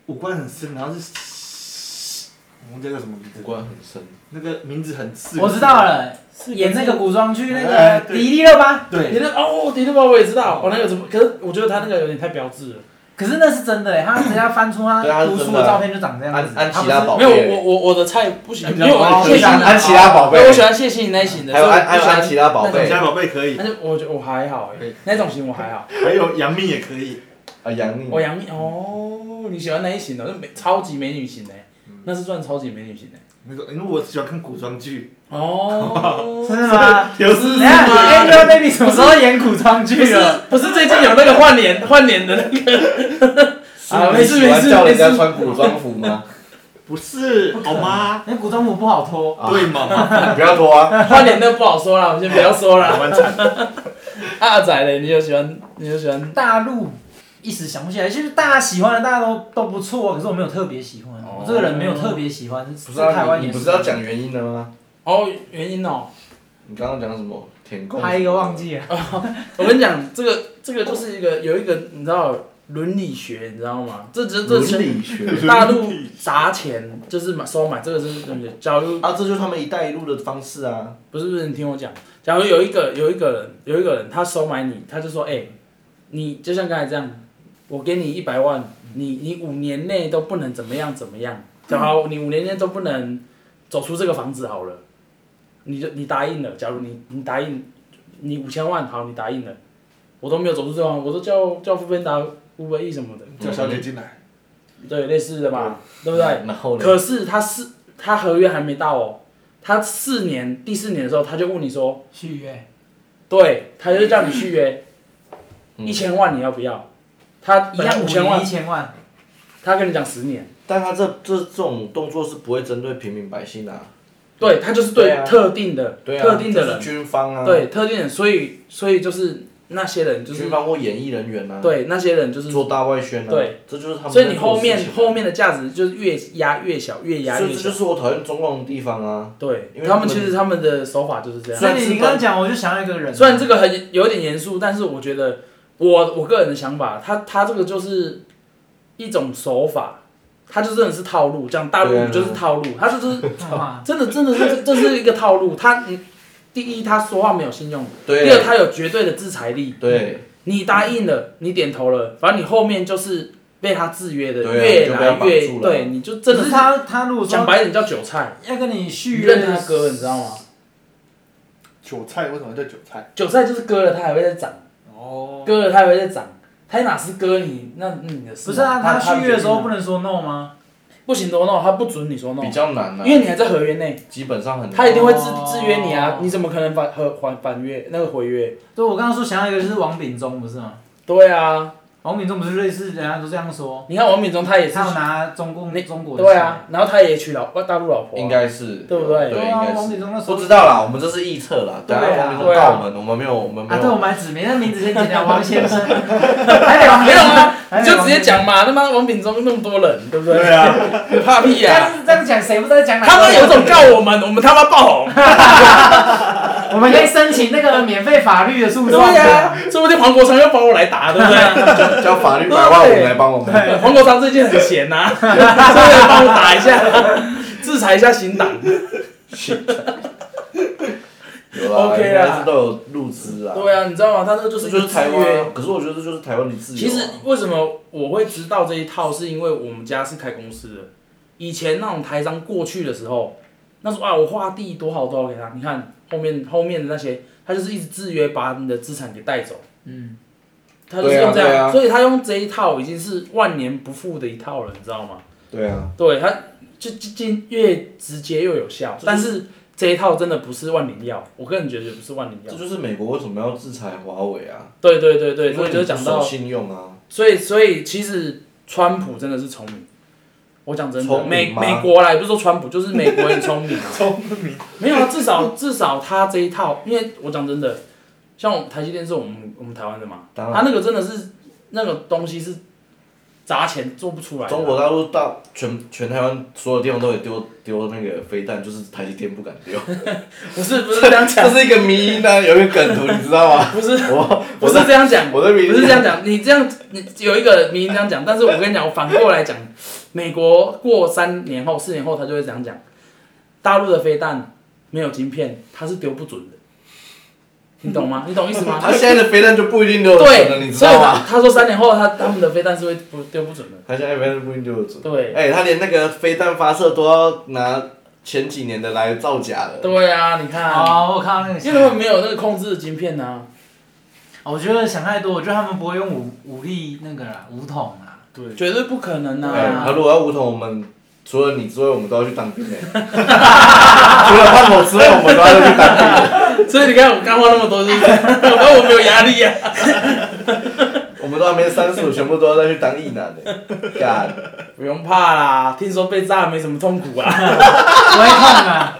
[SPEAKER 4] 五官很深，然后是，我忘记叫什么名字，
[SPEAKER 1] 五官很深，
[SPEAKER 4] 那个名字很刺。
[SPEAKER 2] 我知道。了，
[SPEAKER 3] 是
[SPEAKER 2] 演那个古装剧那
[SPEAKER 4] 哎
[SPEAKER 2] 个
[SPEAKER 4] 对
[SPEAKER 2] 迪丽热巴，
[SPEAKER 3] 迪
[SPEAKER 4] 对，
[SPEAKER 3] 丽哦，迪丽热巴我也知道，我、那个怎么？可是我觉得她那个有点太标志了。
[SPEAKER 2] 可是那是真的欸，他人家翻出他
[SPEAKER 1] 对他是
[SPEAKER 2] 读书
[SPEAKER 1] 真的啊
[SPEAKER 2] 的照片就长这样
[SPEAKER 1] 安
[SPEAKER 2] 子，
[SPEAKER 1] 安
[SPEAKER 2] 他
[SPEAKER 1] 琪
[SPEAKER 2] 不
[SPEAKER 1] 拉
[SPEAKER 2] 是
[SPEAKER 1] 宝
[SPEAKER 3] 哦没
[SPEAKER 1] 贝，
[SPEAKER 3] 有，我我我的菜不行，因为我谢
[SPEAKER 1] 谢
[SPEAKER 3] 欣颖
[SPEAKER 1] 安安琪
[SPEAKER 3] 啊，
[SPEAKER 1] 拉宝贝
[SPEAKER 3] 我，喜欢谢欣颖那一型的，
[SPEAKER 1] 还有
[SPEAKER 3] 所以
[SPEAKER 1] 安还有
[SPEAKER 3] 我喜欢
[SPEAKER 1] 安琪拉宝
[SPEAKER 4] 我们
[SPEAKER 1] 贝
[SPEAKER 4] 家宝贝可以
[SPEAKER 3] 但，是我觉得我还好
[SPEAKER 4] 可
[SPEAKER 3] 哎
[SPEAKER 4] 以，
[SPEAKER 3] 那种型我还好。
[SPEAKER 4] 还有杨幂也可以。
[SPEAKER 1] 啊，杨幂
[SPEAKER 3] 我杨幂哦，你喜欢那一型的，那美超级美女型的，欸那是算超级美女型的。
[SPEAKER 4] 那个，因为我喜欢看古装剧，
[SPEAKER 2] 真
[SPEAKER 3] *laughs* 哦，
[SPEAKER 2] 的吗？
[SPEAKER 4] 有
[SPEAKER 2] 等
[SPEAKER 4] 是
[SPEAKER 2] 一下
[SPEAKER 3] 吗
[SPEAKER 2] 哎 Angelababy 什么时候演古装
[SPEAKER 3] 不
[SPEAKER 2] 剧
[SPEAKER 3] 是
[SPEAKER 2] 了？
[SPEAKER 3] 不是最近有那个换脸换脸的那个啊，没
[SPEAKER 1] 你
[SPEAKER 3] 事
[SPEAKER 1] 喜
[SPEAKER 3] 没
[SPEAKER 1] 欢
[SPEAKER 3] 事
[SPEAKER 1] 叫
[SPEAKER 3] 没
[SPEAKER 1] 人家
[SPEAKER 3] 事，
[SPEAKER 1] 穿古装服吗？ *laughs*
[SPEAKER 4] 不是好吗？
[SPEAKER 2] 哎那古装服不好脱，
[SPEAKER 1] 啊
[SPEAKER 4] 对 *laughs* 嘛？
[SPEAKER 1] 不要拖啊，
[SPEAKER 3] 换脸那不好说了，我们先不要说了。
[SPEAKER 4] 完成。
[SPEAKER 3] 啊阿仔嘞，你有喜欢你有喜欢？
[SPEAKER 2] 大陆一时想不起来，就是大家喜欢的大家都都不错啊，可是我没有特别喜欢，
[SPEAKER 3] 哦
[SPEAKER 2] 我这个人没有特别喜欢，
[SPEAKER 1] 不
[SPEAKER 2] 是
[SPEAKER 1] 是啊
[SPEAKER 2] 台湾
[SPEAKER 1] 你
[SPEAKER 2] 也
[SPEAKER 1] 你不是要讲原因的吗？
[SPEAKER 3] 哦，原因哦，
[SPEAKER 1] 你刚刚讲什么？舔共？
[SPEAKER 2] 拍一个忘。记了，
[SPEAKER 3] 我跟你讲，这个这个就是一个有一个你知道伦理学，你知道吗？这这这
[SPEAKER 1] 伦理学
[SPEAKER 3] *laughs* 大陆砸钱就是买收买，这个是真的。假如
[SPEAKER 1] 啊，这就是他们“一带一路”的方式啊。
[SPEAKER 3] 不是不是，你听我讲，假如有一个有一个人有一个人他收买你，他就说，哎、你就像刚才这样，我给你一百万，你你五年内都不能怎么样怎么样，然后你五年内都不能走出这个房子好了，你就你答应了，假如你你答应，你五千万好，你答应了，我都没有走出这个房，我都叫叫富芬达、五百亿什么的，
[SPEAKER 4] 叫小姐进来，
[SPEAKER 3] 对，类似的嘛，对不对？
[SPEAKER 1] 然后呢？
[SPEAKER 3] 可是他是他合约还没到哦，他四年第四年的时候他就问你说，
[SPEAKER 2] 续约，
[SPEAKER 3] 对，他就叫你续约，
[SPEAKER 1] 嗯
[SPEAKER 3] 一千万你要不要？他
[SPEAKER 2] 一
[SPEAKER 3] 本来
[SPEAKER 2] 样
[SPEAKER 3] 五千万
[SPEAKER 2] 一，千万，
[SPEAKER 3] 他跟你讲十年，
[SPEAKER 1] 但他这这这种动作是不会针对平民百姓的、啊，
[SPEAKER 3] 对他就是
[SPEAKER 1] 对
[SPEAKER 3] 对
[SPEAKER 1] 啊
[SPEAKER 3] 特定的
[SPEAKER 1] 对啊，
[SPEAKER 3] 特定的
[SPEAKER 1] 就是
[SPEAKER 3] 人，
[SPEAKER 1] 军方啊，，
[SPEAKER 3] 对特定人，所以所以就是那些人就是
[SPEAKER 1] 军方或演艺人员啊，，
[SPEAKER 3] 对那些人就是，
[SPEAKER 1] 做大外宣啊，
[SPEAKER 3] 对，
[SPEAKER 1] 这就是他们
[SPEAKER 3] 所以
[SPEAKER 1] 在做的事情啊。
[SPEAKER 3] 你后面后面的价值就是越压越小，越压
[SPEAKER 1] 所
[SPEAKER 3] 越
[SPEAKER 1] 以这
[SPEAKER 3] 小
[SPEAKER 1] 就，是我讨厌中共的地方啊，
[SPEAKER 3] 对
[SPEAKER 1] 因为，他
[SPEAKER 3] 他
[SPEAKER 1] 们
[SPEAKER 3] 们其实他们的手法就是这样。
[SPEAKER 2] 所
[SPEAKER 1] 虽
[SPEAKER 2] 以
[SPEAKER 1] 然
[SPEAKER 2] 你
[SPEAKER 1] 是
[SPEAKER 2] 你刚刚讲，我就想到一个
[SPEAKER 1] 嗯
[SPEAKER 2] 人，
[SPEAKER 3] 啊虽然这个很有点严肃，但是我觉得我我个人的想法，他他这个就是一种手法，他就真的是套路，讲大陆
[SPEAKER 1] 对啊
[SPEAKER 3] 语就是套路，他就是
[SPEAKER 2] 啊
[SPEAKER 3] 真的真的是这是一个套路。他嗯第一他说话没有信用，第二
[SPEAKER 1] 对
[SPEAKER 3] 他有绝对的制裁力。
[SPEAKER 1] 对
[SPEAKER 3] 你答应了，你点头了，反正你后面就是被他制约的，
[SPEAKER 1] 对啊
[SPEAKER 3] 越
[SPEAKER 1] 就被他
[SPEAKER 3] 来
[SPEAKER 1] 绑
[SPEAKER 3] 越
[SPEAKER 1] 住了
[SPEAKER 3] 对，你就真的
[SPEAKER 2] 只
[SPEAKER 3] 是
[SPEAKER 2] 是他他如果
[SPEAKER 3] 讲
[SPEAKER 2] 说
[SPEAKER 3] 白点叫韭菜，
[SPEAKER 2] 要跟你续
[SPEAKER 3] 鱼
[SPEAKER 2] 约
[SPEAKER 3] 认
[SPEAKER 2] 的
[SPEAKER 3] 他割，你知道吗？
[SPEAKER 4] 韭菜为什么叫韭菜？
[SPEAKER 3] 韭菜就是割了，它还会再长。
[SPEAKER 4] 哦，
[SPEAKER 3] 割了它还会再涨，它哪是割你？那那你的事
[SPEAKER 2] 不
[SPEAKER 3] 嘛。
[SPEAKER 2] 是啊，他
[SPEAKER 3] 他
[SPEAKER 2] 续约的时候不
[SPEAKER 3] 能
[SPEAKER 2] 能说 no 吗？
[SPEAKER 3] 不行多弄，他不准你说弄
[SPEAKER 1] 比，较难啊，
[SPEAKER 3] 嗯因为你还在合约内，
[SPEAKER 1] 基本上很难啊
[SPEAKER 3] 他一定会制
[SPEAKER 2] 哦
[SPEAKER 3] 制约你啊！你怎么可能反合还反约那个毁约？
[SPEAKER 2] 对，我刚刚说想到一个就是王炳忠不是吗？
[SPEAKER 3] 对啊，
[SPEAKER 2] 王炳忠不是类似人家都这样说，
[SPEAKER 3] 你看王敏忠他也是
[SPEAKER 2] 他，要拿中共中国的
[SPEAKER 3] 对
[SPEAKER 2] 钱
[SPEAKER 3] 啊，然后他也娶老大陆老婆啊，
[SPEAKER 1] 应该是
[SPEAKER 3] 对不对
[SPEAKER 1] 对，
[SPEAKER 2] 对
[SPEAKER 1] 应
[SPEAKER 2] 啊，
[SPEAKER 1] 该
[SPEAKER 2] 王
[SPEAKER 1] 是
[SPEAKER 2] 炳忠那时候
[SPEAKER 1] 不知道啦，我们这是臆测啦，等下
[SPEAKER 2] 对啊
[SPEAKER 1] 王炳忠告我们，我们没有，我们没
[SPEAKER 2] 啊，对，我
[SPEAKER 1] 有，
[SPEAKER 2] 们还指名，那名字先剪掉，王先
[SPEAKER 3] *laughs*
[SPEAKER 2] 生，还得王
[SPEAKER 3] 没有啊
[SPEAKER 2] 还
[SPEAKER 3] 你
[SPEAKER 2] 得
[SPEAKER 3] 就
[SPEAKER 2] 王
[SPEAKER 3] 直接讲嘛，他妈王炳忠那么多人，对不对？
[SPEAKER 4] 对啊，
[SPEAKER 3] 你怕屁
[SPEAKER 2] 这
[SPEAKER 3] 呀！
[SPEAKER 2] 样这样讲，谁不知道讲哪个？
[SPEAKER 3] 他们有种告我们，我们他妈爆红。
[SPEAKER 2] 我们可以申请那个免费法律的诉讼。
[SPEAKER 3] *laughs* 对啊呀，说不定黄国昌要帮我来打，对不 *laughs* 对？啊
[SPEAKER 1] 叫法律白话文来帮我们。
[SPEAKER 3] 对黄国昌最近很闲呐、 *laughs* 啊，所以帮我打一下，制裁一下新党。
[SPEAKER 1] 有啦，
[SPEAKER 3] OK
[SPEAKER 1] 应
[SPEAKER 3] 啦
[SPEAKER 1] 该是都有入资啦。
[SPEAKER 3] 对啊，你知道吗？他这个就
[SPEAKER 1] 这
[SPEAKER 3] 是
[SPEAKER 1] 就是台
[SPEAKER 3] 一个制约。
[SPEAKER 1] 湾，可是我觉得这就是台湾的自由啊。
[SPEAKER 3] 其实为什么我会知道这一套，是因为我们家是开公司的。以前那种台商过去的时候，那时候啊，我画地多好多好给他，你看后面后面的那些，他就是一直制约把你的资产给带走。
[SPEAKER 2] 嗯，
[SPEAKER 3] 他就是用这
[SPEAKER 1] 对啊对
[SPEAKER 3] 样，
[SPEAKER 1] 啊
[SPEAKER 3] 所以他用这一套已经是万年不复的一套了，你知道吗？
[SPEAKER 1] 对啊，
[SPEAKER 3] 对，它就就进越直接又有效，但是这一套真的不是万灵药，我个人觉得不是万灵药
[SPEAKER 1] 这。就是美国为什么要制裁华为啊？
[SPEAKER 3] 对对对对，
[SPEAKER 1] 因
[SPEAKER 3] 所
[SPEAKER 1] 为
[SPEAKER 3] 以就
[SPEAKER 1] 你
[SPEAKER 3] 讲
[SPEAKER 1] 不守
[SPEAKER 3] 到，
[SPEAKER 1] 信用啊，
[SPEAKER 3] 所以所以其实川普真的是聪明，我讲真
[SPEAKER 1] 聪
[SPEAKER 3] 的，
[SPEAKER 1] 明
[SPEAKER 3] 美
[SPEAKER 1] 吗
[SPEAKER 3] 美国啦，也不是说川普，就是美国很
[SPEAKER 1] *laughs*
[SPEAKER 3] 聪明啊。
[SPEAKER 4] 聪明，
[SPEAKER 3] 没有啊，至少至少他这一套，因为我讲真的，像我们台积电是我们我们台湾的嘛，
[SPEAKER 1] 当然
[SPEAKER 3] 他那个真的是那个东西是砸钱做不出来的啊。
[SPEAKER 1] 中国大陆大全全台湾所有地方都有丢丢那个飞弹，就是台积电不敢丢，
[SPEAKER 3] 不是 *laughs* 不是这样
[SPEAKER 1] *laughs*
[SPEAKER 3] 讲
[SPEAKER 1] 这，是一个迷因啊，有一个梗图，你知道吗？
[SPEAKER 3] *laughs* 不是
[SPEAKER 1] 我
[SPEAKER 3] 不
[SPEAKER 1] 我
[SPEAKER 3] 是
[SPEAKER 1] 在
[SPEAKER 3] 这样讲，
[SPEAKER 1] 我在迷因
[SPEAKER 3] 不是这样讲，你这样你有一个名人这样讲，但是我跟你讲，我反过来讲，美国过三年后、四年后，他就会这样讲，大陆的飞弹没有晶片，它是丢不准的，你懂吗？ *laughs* 你懂意思吗？
[SPEAKER 1] 他现在的飞弹就不一定丢得准了，
[SPEAKER 3] 对，
[SPEAKER 1] 你知
[SPEAKER 3] 所以
[SPEAKER 1] 道
[SPEAKER 3] 他
[SPEAKER 1] 吗？
[SPEAKER 3] 他说三年后他他们的飞弹是会不丢不准 *laughs* 的，
[SPEAKER 1] 他现在飞弹不一定丢得准。
[SPEAKER 3] 对
[SPEAKER 1] 哎、他连那个飞弹发射都要拿前几年的来造假了。
[SPEAKER 3] 对啊，你看，
[SPEAKER 2] 哦，我看到那个
[SPEAKER 3] 因为他
[SPEAKER 2] 新
[SPEAKER 3] 们
[SPEAKER 2] 闻，
[SPEAKER 3] 没有那个控制的晶片啊呐、
[SPEAKER 2] 我觉得想太多，我觉得他们不会用武武力那个啦，武统啦。
[SPEAKER 4] 对
[SPEAKER 3] 啊，，绝对不可能呐、
[SPEAKER 1] 哎
[SPEAKER 2] 对啊
[SPEAKER 1] 他如果要武统，我们除了你之外，我们都要去当兵 *laughs* 哎、除了胖某之外，我们都要去当兵。
[SPEAKER 3] 所以你看我干话那么多，就是 *laughs* 我说我没有压力啊，
[SPEAKER 1] 我们都还没三十五，全部都要再去当役男
[SPEAKER 3] *laughs*
[SPEAKER 1] 呢、干，
[SPEAKER 3] 不用怕啦，听说被炸没什么痛苦啊。
[SPEAKER 2] *laughs* 不会痛啊，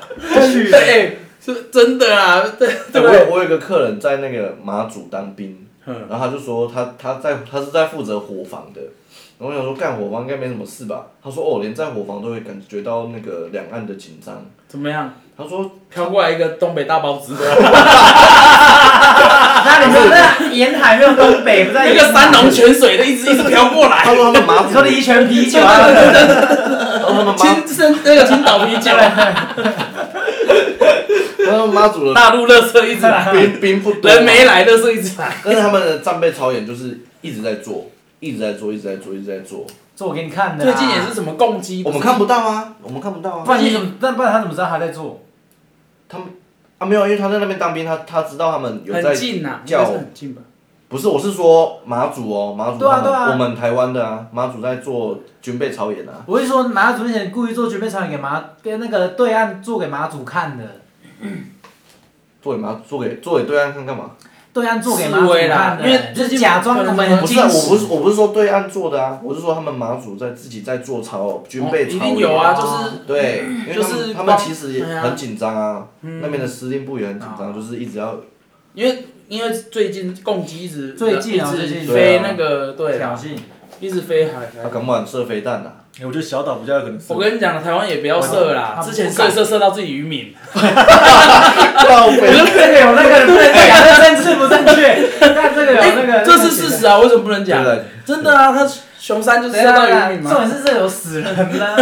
[SPEAKER 2] 去
[SPEAKER 3] *laughs* 对，哎是真的啊，对
[SPEAKER 1] 对哎我
[SPEAKER 3] 对不对？
[SPEAKER 1] 有我有一个客人在那个马祖当兵，
[SPEAKER 3] 嗯
[SPEAKER 1] 然后他就说他他在他是在负责伙房的，然后我想说干伙房应该没什么事吧？他说哦，连在伙房都会感觉到那个两岸的紧张。
[SPEAKER 3] 怎么样？
[SPEAKER 1] 他说
[SPEAKER 3] 飘过来一个东北大包
[SPEAKER 2] *laughs*
[SPEAKER 3] 子，
[SPEAKER 2] 那你说那沿海没有东北，不在
[SPEAKER 3] 那
[SPEAKER 2] 沿海
[SPEAKER 3] 个三龙，泉水的一直一直飘过来
[SPEAKER 2] *laughs*
[SPEAKER 1] 他，说他们马
[SPEAKER 3] *laughs*
[SPEAKER 2] 你
[SPEAKER 1] 祖
[SPEAKER 2] 说的一拳啤酒啊，
[SPEAKER 1] 他说他们马
[SPEAKER 2] *laughs*
[SPEAKER 3] 青生那个青岛啤酒，
[SPEAKER 2] 他说
[SPEAKER 1] 他们妈祖
[SPEAKER 3] *laughs*
[SPEAKER 1] 的
[SPEAKER 3] 大陆乐色一
[SPEAKER 2] *laughs*
[SPEAKER 3] 直来，
[SPEAKER 1] 兵兵不多，啊
[SPEAKER 3] 人没来，乐色一直来。
[SPEAKER 1] 但是他们的战备操演就是一直在做，一直在做，一直在做，一直在做。
[SPEAKER 2] 做给你看的啦。啊
[SPEAKER 3] 最近也是什么共机，
[SPEAKER 1] 我们看不到啊，我们看不到
[SPEAKER 2] 不
[SPEAKER 1] 啊。
[SPEAKER 2] 然你怎么？但不然他怎么知道他在做？
[SPEAKER 1] 他们啊没有，因为他在那边当兵，他他知道他们有
[SPEAKER 3] 很
[SPEAKER 1] 在。
[SPEAKER 3] 近啊呐，应
[SPEAKER 1] 叫
[SPEAKER 3] 该是很近吧？
[SPEAKER 1] 不是，我是说马祖哦，马祖
[SPEAKER 2] 对啊
[SPEAKER 1] 他们
[SPEAKER 2] 对啊
[SPEAKER 1] 我们台湾的啊，马祖在做军备操演啊。
[SPEAKER 2] 我是说，马祖之前故意做绝配场给马给那个对岸做给马祖看的，
[SPEAKER 1] 做给马做给做给对岸看干嘛？
[SPEAKER 2] 对岸做给马
[SPEAKER 3] 示
[SPEAKER 2] 祖
[SPEAKER 3] 威啦
[SPEAKER 2] 看的，
[SPEAKER 3] 因为
[SPEAKER 2] 就
[SPEAKER 3] 最
[SPEAKER 2] 是
[SPEAKER 3] 近
[SPEAKER 2] 假装他们很
[SPEAKER 1] 不是、
[SPEAKER 2] 惊
[SPEAKER 1] 啊，我
[SPEAKER 2] 喜。
[SPEAKER 1] 不是我不是说对岸做的啊，我是说他们马祖在自己在做操军备
[SPEAKER 3] 哦
[SPEAKER 1] 操
[SPEAKER 3] 一
[SPEAKER 1] 演、
[SPEAKER 3] 定有啊，就
[SPEAKER 2] 哦
[SPEAKER 3] 是
[SPEAKER 1] 对，因为他们、
[SPEAKER 3] 就是
[SPEAKER 1] 他们
[SPEAKER 3] 帮
[SPEAKER 1] 其实也
[SPEAKER 3] 哎呀
[SPEAKER 1] 很紧张啊，那边的司令部也很紧张，就是一直要
[SPEAKER 3] 因为因为最近共机一直
[SPEAKER 2] 最近啊
[SPEAKER 3] 一
[SPEAKER 2] 最近啊
[SPEAKER 3] 直飞那个对
[SPEAKER 2] 挑
[SPEAKER 3] 啦，
[SPEAKER 2] 衅，
[SPEAKER 3] 一直飞海
[SPEAKER 1] 他
[SPEAKER 3] 海。
[SPEAKER 1] 敢往射飞弹啊。
[SPEAKER 4] 哎我觉得小岛比较有可能是
[SPEAKER 3] 我。跟你讲，台湾也不要射啦，
[SPEAKER 2] 我
[SPEAKER 3] 之前射一射射到自己渔民，
[SPEAKER 1] 靠北
[SPEAKER 2] 这个有那个对讲的正确不正确？
[SPEAKER 3] *laughs*
[SPEAKER 2] 但这个有那个，
[SPEAKER 3] 这是事实啊，为什么不能
[SPEAKER 1] 对
[SPEAKER 3] 讲
[SPEAKER 1] 不？对？
[SPEAKER 3] 真的啊，他熊山就是
[SPEAKER 2] 等一
[SPEAKER 3] 射
[SPEAKER 2] 下。
[SPEAKER 3] 到
[SPEAKER 2] 等一下
[SPEAKER 3] 渔民
[SPEAKER 2] 重
[SPEAKER 3] 嘛。
[SPEAKER 2] 点啊是这有死人啦，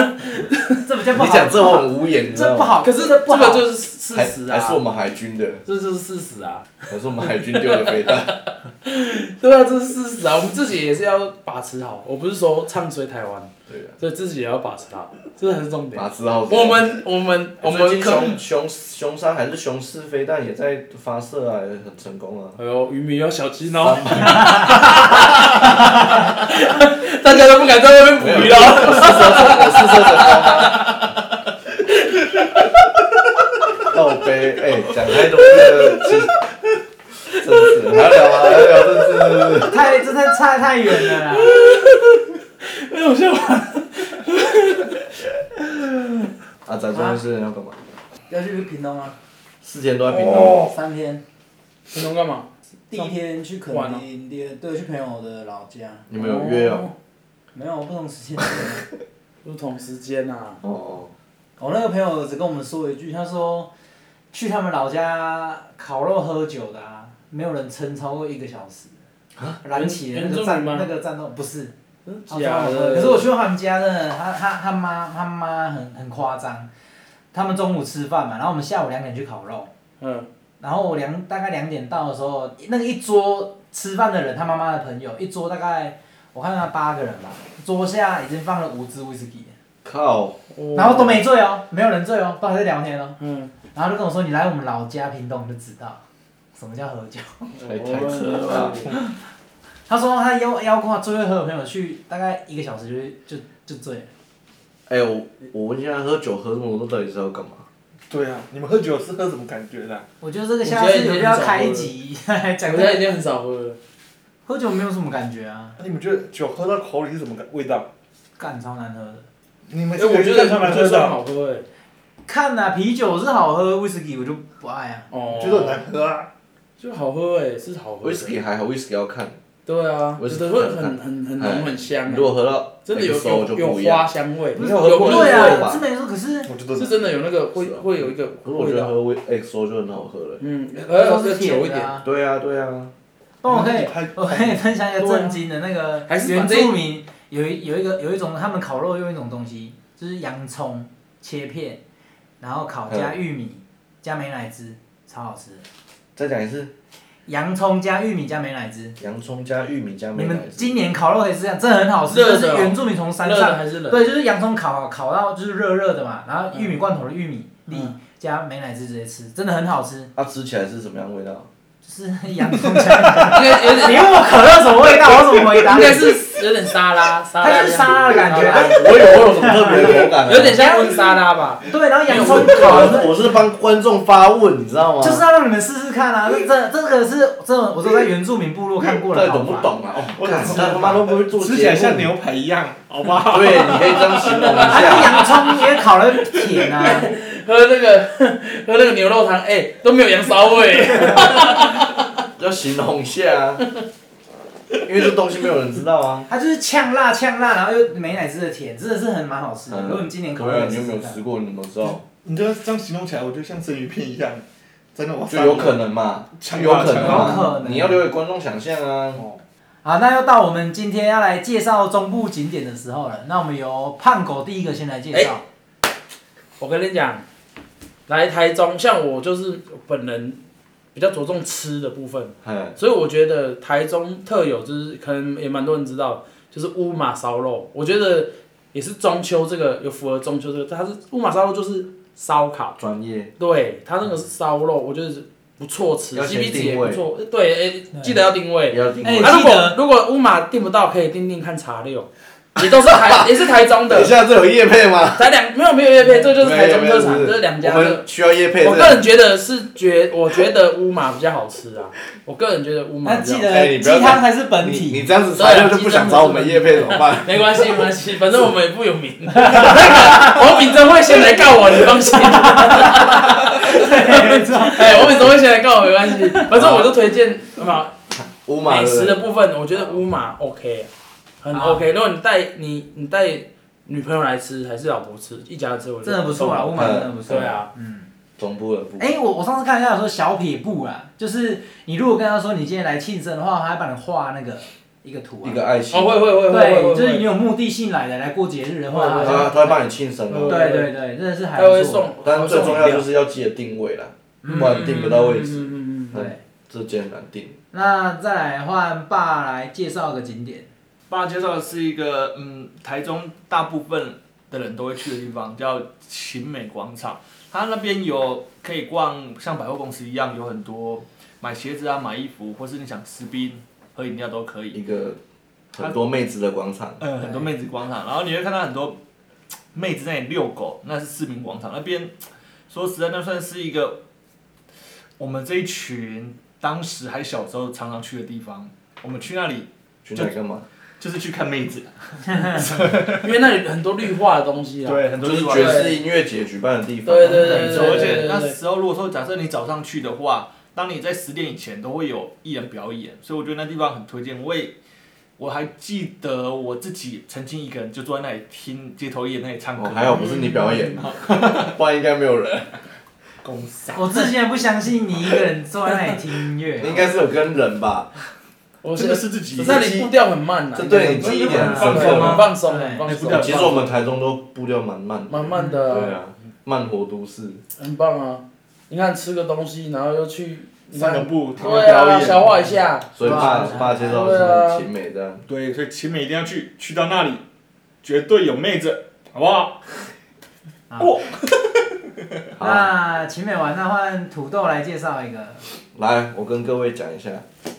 [SPEAKER 2] 这比较不
[SPEAKER 1] 你
[SPEAKER 2] 好。
[SPEAKER 1] 讲这话很无言，你知
[SPEAKER 2] 这
[SPEAKER 1] 道
[SPEAKER 2] 不
[SPEAKER 1] 吗？
[SPEAKER 2] 好，
[SPEAKER 3] 可是
[SPEAKER 2] 这
[SPEAKER 3] 这
[SPEAKER 2] 不
[SPEAKER 3] 个
[SPEAKER 2] 好。
[SPEAKER 3] 就是事
[SPEAKER 1] 还
[SPEAKER 3] 实
[SPEAKER 1] 还是我
[SPEAKER 3] 啊，
[SPEAKER 1] 们海军的，
[SPEAKER 3] 这就是事实啊，
[SPEAKER 1] 还是我们海军丢的飞弹。
[SPEAKER 3] 对啊，这是事实啊，我们自己也是要把持好。我不是说唱衰台湾，
[SPEAKER 1] 对啊，
[SPEAKER 3] 所以自己也要把持好，这很重点
[SPEAKER 1] 马。自浩。
[SPEAKER 3] 我们我们我
[SPEAKER 1] 最
[SPEAKER 3] 们
[SPEAKER 1] 近
[SPEAKER 3] 可
[SPEAKER 1] 熊熊熊山还是熊四飞弹也在发射啊，也很成功
[SPEAKER 3] *laughs*
[SPEAKER 1] 啊。
[SPEAKER 3] 哎呦，渔民要小心哦！ *laughs* 大家都不敢在外面捕鱼了。
[SPEAKER 1] 我试射成，我试射成功啊。倒杯，哎，讲太多了，其实真是还要聊吗？还要聊政治？
[SPEAKER 2] 太这太差太远了啦。
[SPEAKER 3] 哎，我现在
[SPEAKER 1] 啊，咱中是要干嘛？
[SPEAKER 5] 要去屏东啊，
[SPEAKER 1] 四天都在屏
[SPEAKER 3] 哦
[SPEAKER 1] 东，
[SPEAKER 5] 三天，
[SPEAKER 3] 你能干嘛？
[SPEAKER 5] 第一天去垦
[SPEAKER 3] 玩哦
[SPEAKER 5] 丁，第二对去朋友的老家，
[SPEAKER 1] 你们有约哦？
[SPEAKER 5] 没有不同时间
[SPEAKER 2] *laughs*
[SPEAKER 5] 去的。
[SPEAKER 3] 不同时间啊。
[SPEAKER 1] 哦，
[SPEAKER 5] 我那个朋友只跟我们说一句，他说
[SPEAKER 2] 去他们老家烤肉喝酒的啊，没有人撑超过一个小时。燃起的那个
[SPEAKER 3] 原
[SPEAKER 2] 战
[SPEAKER 3] 原住民吗
[SPEAKER 2] 那个战斗不是，
[SPEAKER 3] 假的。
[SPEAKER 2] 可是我去过他们家真的，他他他妈他妈很很夸张，他们中午吃饭嘛，然后我们下午两点去烤肉，
[SPEAKER 3] 嗯，
[SPEAKER 2] 然后我两大概两点到的时候，那个一桌吃饭的人，他妈妈的朋友一桌大概我看他八个人吧，桌下已经放了五支威士忌，
[SPEAKER 1] 靠，
[SPEAKER 2] 然后都没醉哦，没有人醉哦，都还在聊天哦，
[SPEAKER 3] 嗯，
[SPEAKER 2] 然后就跟我说你来我们老家屏东就知道什么叫喝酒。 *laughs*
[SPEAKER 1] 太太扯了吧。
[SPEAKER 2] 他说他邀邀过最会喝的朋友去，大概一个小时就就就醉了。
[SPEAKER 1] 哎、我我问一下，喝酒喝这么多到底是要干嘛？
[SPEAKER 4] 对啊，你们喝酒是喝什么感觉的啊？
[SPEAKER 2] 我觉得这个下次有必要开一集来
[SPEAKER 3] 我
[SPEAKER 2] 讲
[SPEAKER 3] 现
[SPEAKER 2] 这个
[SPEAKER 3] 在已经很少喝了。
[SPEAKER 2] 喝酒没有什么感觉啊，
[SPEAKER 4] 那你们觉得酒喝到口里是什么感味道？
[SPEAKER 2] 干超难喝的。
[SPEAKER 4] 你们
[SPEAKER 3] 哎，
[SPEAKER 4] 是
[SPEAKER 3] 我觉
[SPEAKER 4] 觉
[SPEAKER 3] 得
[SPEAKER 4] 他们
[SPEAKER 3] 我觉
[SPEAKER 4] 喝啊
[SPEAKER 3] 得算
[SPEAKER 4] 到，
[SPEAKER 3] 好喝哎。
[SPEAKER 2] 看呐、啤酒是好喝，威士忌我就不爱啊。
[SPEAKER 3] 哦。
[SPEAKER 4] 觉得很难喝啊。
[SPEAKER 3] 就好喝哎，是好喝。
[SPEAKER 1] 威士忌。还好，威士忌要看，
[SPEAKER 3] 对啊，
[SPEAKER 1] 威士
[SPEAKER 3] 觉
[SPEAKER 1] 忌
[SPEAKER 3] 得会很很很浓很
[SPEAKER 1] 你
[SPEAKER 3] 香啊
[SPEAKER 1] 哎如，果喝到
[SPEAKER 3] 真的有
[SPEAKER 1] XO
[SPEAKER 3] 有
[SPEAKER 1] 就
[SPEAKER 3] 有
[SPEAKER 1] 不一
[SPEAKER 3] 花
[SPEAKER 1] 样。
[SPEAKER 3] 香味，
[SPEAKER 1] 你
[SPEAKER 3] 有
[SPEAKER 1] 有喝过
[SPEAKER 3] 有
[SPEAKER 2] 对
[SPEAKER 1] 对
[SPEAKER 2] 啊，
[SPEAKER 1] 吧
[SPEAKER 2] 是没错，可是
[SPEAKER 4] 我觉得
[SPEAKER 3] 是真的有那个会会有一个
[SPEAKER 1] 可是啊我觉
[SPEAKER 3] 味
[SPEAKER 1] 得
[SPEAKER 3] 道。
[SPEAKER 1] 喝威 XO 就很好喝了。
[SPEAKER 3] 嗯，而且
[SPEAKER 2] 是
[SPEAKER 3] 要久一
[SPEAKER 2] 甜的
[SPEAKER 3] 点。
[SPEAKER 2] 啊。
[SPEAKER 1] 对啊，对啊，
[SPEAKER 2] 帮我可以
[SPEAKER 4] 嗯还，
[SPEAKER 2] 我可以分享一个震惊的那个
[SPEAKER 3] 还是把
[SPEAKER 2] 原
[SPEAKER 3] 这
[SPEAKER 2] 住民有一有一个有一种他们烤肉用一种东西，就是洋葱切片，然后烤加玉
[SPEAKER 3] 嗯
[SPEAKER 2] 米加美乃滋，超好吃的。
[SPEAKER 1] 再讲一次，
[SPEAKER 2] 洋葱加玉米加美乃滋。
[SPEAKER 1] 洋葱加玉米加
[SPEAKER 2] 你
[SPEAKER 1] 美乃
[SPEAKER 2] 们
[SPEAKER 1] 滋。
[SPEAKER 2] 今年烤肉可以是这样，真的很好吃。
[SPEAKER 3] 热
[SPEAKER 2] 就
[SPEAKER 3] 的哦
[SPEAKER 2] 是原住民从山
[SPEAKER 3] 热的
[SPEAKER 2] 上，
[SPEAKER 3] 还是冷？
[SPEAKER 2] 对，就是洋葱烤烤到就是热热的嘛，然后玉米罐头的玉米
[SPEAKER 3] 嗯
[SPEAKER 2] 粒加美乃滋直接吃，真的很好吃。
[SPEAKER 1] 它、啊吃起来是什么样的味道？
[SPEAKER 2] 就是 *laughs* 洋葱加。
[SPEAKER 3] 应该
[SPEAKER 2] *laughs*
[SPEAKER 3] 有点
[SPEAKER 2] 哎你问我可乐什么味道，我怎么回答
[SPEAKER 3] 应
[SPEAKER 2] 你？
[SPEAKER 3] 该是有点沙拉，沙拉
[SPEAKER 2] 它就是沙拉的感觉啊
[SPEAKER 1] 我有我有什么特别的口感、啊？
[SPEAKER 3] 有点像温沙拉吧。
[SPEAKER 2] 对，然后洋葱烤的
[SPEAKER 1] 我是我是帮观众发问，你知道吗？
[SPEAKER 2] 就是要让你们试试看啊！这这这个是这我都在原住民部落看过
[SPEAKER 1] 到底
[SPEAKER 2] 了，
[SPEAKER 1] 懂不
[SPEAKER 2] 好吧？
[SPEAKER 1] 懂啊？哦，我
[SPEAKER 4] 干
[SPEAKER 1] 操，他妈都不会做节目
[SPEAKER 4] 吃起来像。牛排一样，好不好？
[SPEAKER 1] 对，你可以这样形容一
[SPEAKER 2] 啊，那
[SPEAKER 1] 下。
[SPEAKER 3] *laughs*
[SPEAKER 2] 洋葱也烤了甜 *laughs* 啊，
[SPEAKER 3] 喝那个 *laughs* 喝那个牛肉汤，哎、都没有羊骚味。 *laughs*
[SPEAKER 1] 要形容一下啊，因为这东西没有人知道啊。
[SPEAKER 2] 它就是呛辣呛辣，然后又美乃滋的甜，真的是很蛮好吃的。如果嗯你今年烤
[SPEAKER 1] 没有，
[SPEAKER 2] 肉，
[SPEAKER 1] 你有没有吃？过？你怎么知道？
[SPEAKER 4] 你这这样形容起来，我觉得像生鱼片一样，真的我
[SPEAKER 1] 就有可能嘛，就有可能
[SPEAKER 2] 有可
[SPEAKER 1] 嘛，
[SPEAKER 2] 能
[SPEAKER 1] 你要留给观众想象啊。
[SPEAKER 2] 好，那又到我们今天要来介绍中部景点的
[SPEAKER 1] 哎
[SPEAKER 2] 时候了。那我们由胖狗第一个先来介绍。
[SPEAKER 3] 我跟你讲，来台中，像我就是本人比较着重吃的部分，
[SPEAKER 1] 哎，
[SPEAKER 3] 所以我觉得台中特有就是可能也蛮多人知道，就是乌马烧肉，我觉得也是中秋这个有符合中秋这个，它是乌马烧肉就是烧烤，
[SPEAKER 1] 专业，
[SPEAKER 3] 对，它那个是烧肉，我觉得是不错吃
[SPEAKER 1] 要先
[SPEAKER 3] ，CP 值
[SPEAKER 1] 定
[SPEAKER 3] 也
[SPEAKER 1] 位
[SPEAKER 3] 不错，对，诶记得要定位。
[SPEAKER 1] 也要定
[SPEAKER 2] 哎
[SPEAKER 1] 位。
[SPEAKER 3] 啊，如
[SPEAKER 2] 记
[SPEAKER 3] 果
[SPEAKER 2] 得
[SPEAKER 3] 如果乌马订不到，可以订订看茶六，也都是 *laughs* 台也是台中的
[SPEAKER 1] 等一，下，这有叶配吗？
[SPEAKER 3] 才两没有没有叶配，这就是台中
[SPEAKER 1] 没有
[SPEAKER 3] 特
[SPEAKER 1] 没有
[SPEAKER 3] 产，
[SPEAKER 1] 不
[SPEAKER 3] 这是两家
[SPEAKER 1] 我
[SPEAKER 3] 的。
[SPEAKER 1] 们需要叶配。
[SPEAKER 3] 我个人觉得是觉，我觉得乌马比较好吃啊。我个人觉得乌马
[SPEAKER 2] 那
[SPEAKER 3] 比较
[SPEAKER 2] 记
[SPEAKER 3] 好吃。
[SPEAKER 1] 哎你
[SPEAKER 2] 得
[SPEAKER 1] 不要
[SPEAKER 2] 鸡汤还是本
[SPEAKER 1] 你
[SPEAKER 2] *laughs* 体，
[SPEAKER 1] 你这样子材料就不想找我们叶配怎么办？
[SPEAKER 3] 没关系，没关系，反正我们也不有
[SPEAKER 2] *laughs*
[SPEAKER 3] 名。王秉忠会先来告我，你放心。
[SPEAKER 2] 没错
[SPEAKER 3] 哎，王秉忠会先来告我，没关系。反正我就推荐啊嘛，
[SPEAKER 1] 五马
[SPEAKER 3] 美
[SPEAKER 1] 对不
[SPEAKER 3] 食
[SPEAKER 1] 对
[SPEAKER 3] 的部分，我觉得乌马 OK，很
[SPEAKER 2] 啊
[SPEAKER 3] OK。如果你带你你带女朋友来吃，还是老婆吃，一家人吃，我觉
[SPEAKER 2] 真
[SPEAKER 3] 得
[SPEAKER 2] 的
[SPEAKER 1] *laughs*
[SPEAKER 2] 不错啦，啊
[SPEAKER 1] 嗯
[SPEAKER 2] 乌马真的不错。
[SPEAKER 3] 对，啊，
[SPEAKER 2] 嗯，
[SPEAKER 1] 中部的部分
[SPEAKER 2] 哎，我我上次看人家有说小撇步啊，就是你如果跟他说你今天来庆生的话，他会帮你画那个一个图
[SPEAKER 1] 一
[SPEAKER 2] 啊，
[SPEAKER 1] 个爱心，
[SPEAKER 3] 哦，会会会会会
[SPEAKER 2] 对，
[SPEAKER 3] 会，
[SPEAKER 2] 就是你有目的性来的，来过节日的话，
[SPEAKER 3] 会会
[SPEAKER 1] 他他会帮你庆生哦。
[SPEAKER 3] 会
[SPEAKER 2] 对对对，真的是还
[SPEAKER 3] 他
[SPEAKER 2] 不
[SPEAKER 3] 会
[SPEAKER 2] 错。
[SPEAKER 3] 送，
[SPEAKER 1] 但最重要就是是要记得定位啦，
[SPEAKER 3] 嗯
[SPEAKER 1] 不然订不到位置，
[SPEAKER 3] 嗯嗯嗯嗯嗯嗯
[SPEAKER 2] 对，
[SPEAKER 1] 这件难定。
[SPEAKER 2] 那再来换爸来介绍个景点，
[SPEAKER 4] 爸介绍的是一个嗯，台中大部分的人都会去的地方，叫勤美广场。它那边有可以逛，像百货公司一样，有很多买鞋子啊、买衣服，或是你想吃冰、喝饮料都可以。
[SPEAKER 1] 一个很多妹子的广场，
[SPEAKER 4] 嗯，很多妹子广场，然后你会看到很多妹子在那里遛狗，那是市民广场那边。说实在，那算是一个我们这一群当时还小时候常常去的地方。我们去那里
[SPEAKER 1] 去那里干嘛？
[SPEAKER 4] 就是去看妹子，
[SPEAKER 2] 嗯
[SPEAKER 3] 因为那里很多绿化的东西啊。
[SPEAKER 4] 对，很多
[SPEAKER 1] 就是
[SPEAKER 4] 地方
[SPEAKER 1] 爵士音乐节举办的地方。
[SPEAKER 3] 对对对对
[SPEAKER 4] 没
[SPEAKER 3] 对
[SPEAKER 4] 错，
[SPEAKER 3] 对
[SPEAKER 4] 而且
[SPEAKER 3] 对
[SPEAKER 4] 那
[SPEAKER 3] 对
[SPEAKER 4] 时候如果说假设你早上去的话，当你在十点以前都会有艺人表演，所以我觉得那地方很推荐。我也我还记得我自己曾经一个人就坐在那里听街头艺人那里唱歌，
[SPEAKER 1] 哦，还好不是你表
[SPEAKER 3] *laughs*
[SPEAKER 1] 演，不然应该没有人。
[SPEAKER 4] 公司啊
[SPEAKER 2] 我至今也不相信你一个人坐在那里听
[SPEAKER 1] *laughs*
[SPEAKER 2] 音
[SPEAKER 3] 啊
[SPEAKER 1] 你应
[SPEAKER 2] 乐。
[SPEAKER 1] 该是有跟人吧？
[SPEAKER 3] 我
[SPEAKER 4] 真的是自己
[SPEAKER 3] 可是那里步调很慢呐、啊，
[SPEAKER 1] 这对你记忆点
[SPEAKER 3] 很
[SPEAKER 1] 很深
[SPEAKER 3] 放松啊
[SPEAKER 1] 刻
[SPEAKER 3] 很
[SPEAKER 1] 吗？
[SPEAKER 3] 放松，
[SPEAKER 2] 对
[SPEAKER 3] 很放
[SPEAKER 4] 步
[SPEAKER 3] 松，
[SPEAKER 4] 调
[SPEAKER 1] 其实我们台中都步调蛮慢的。
[SPEAKER 3] 慢慢
[SPEAKER 1] 对
[SPEAKER 3] 的，
[SPEAKER 1] 啊，慢活都市。
[SPEAKER 3] 很棒啊！你看吃个东西，然后又去，你
[SPEAKER 4] 散个
[SPEAKER 3] 看，
[SPEAKER 4] 步，听个
[SPEAKER 3] 对
[SPEAKER 4] 表
[SPEAKER 3] 啊，
[SPEAKER 4] 演。
[SPEAKER 3] 消化一下，
[SPEAKER 1] 所以爸
[SPEAKER 2] 对啊
[SPEAKER 1] 爸介绍的是很勤美这样。
[SPEAKER 4] 对，所以秦美一定要去，去到那里绝对有妹子，好不好？
[SPEAKER 1] 好啊，
[SPEAKER 2] 那秦美完，那换土豆来介绍一个，
[SPEAKER 1] 来，我跟各位讲一下，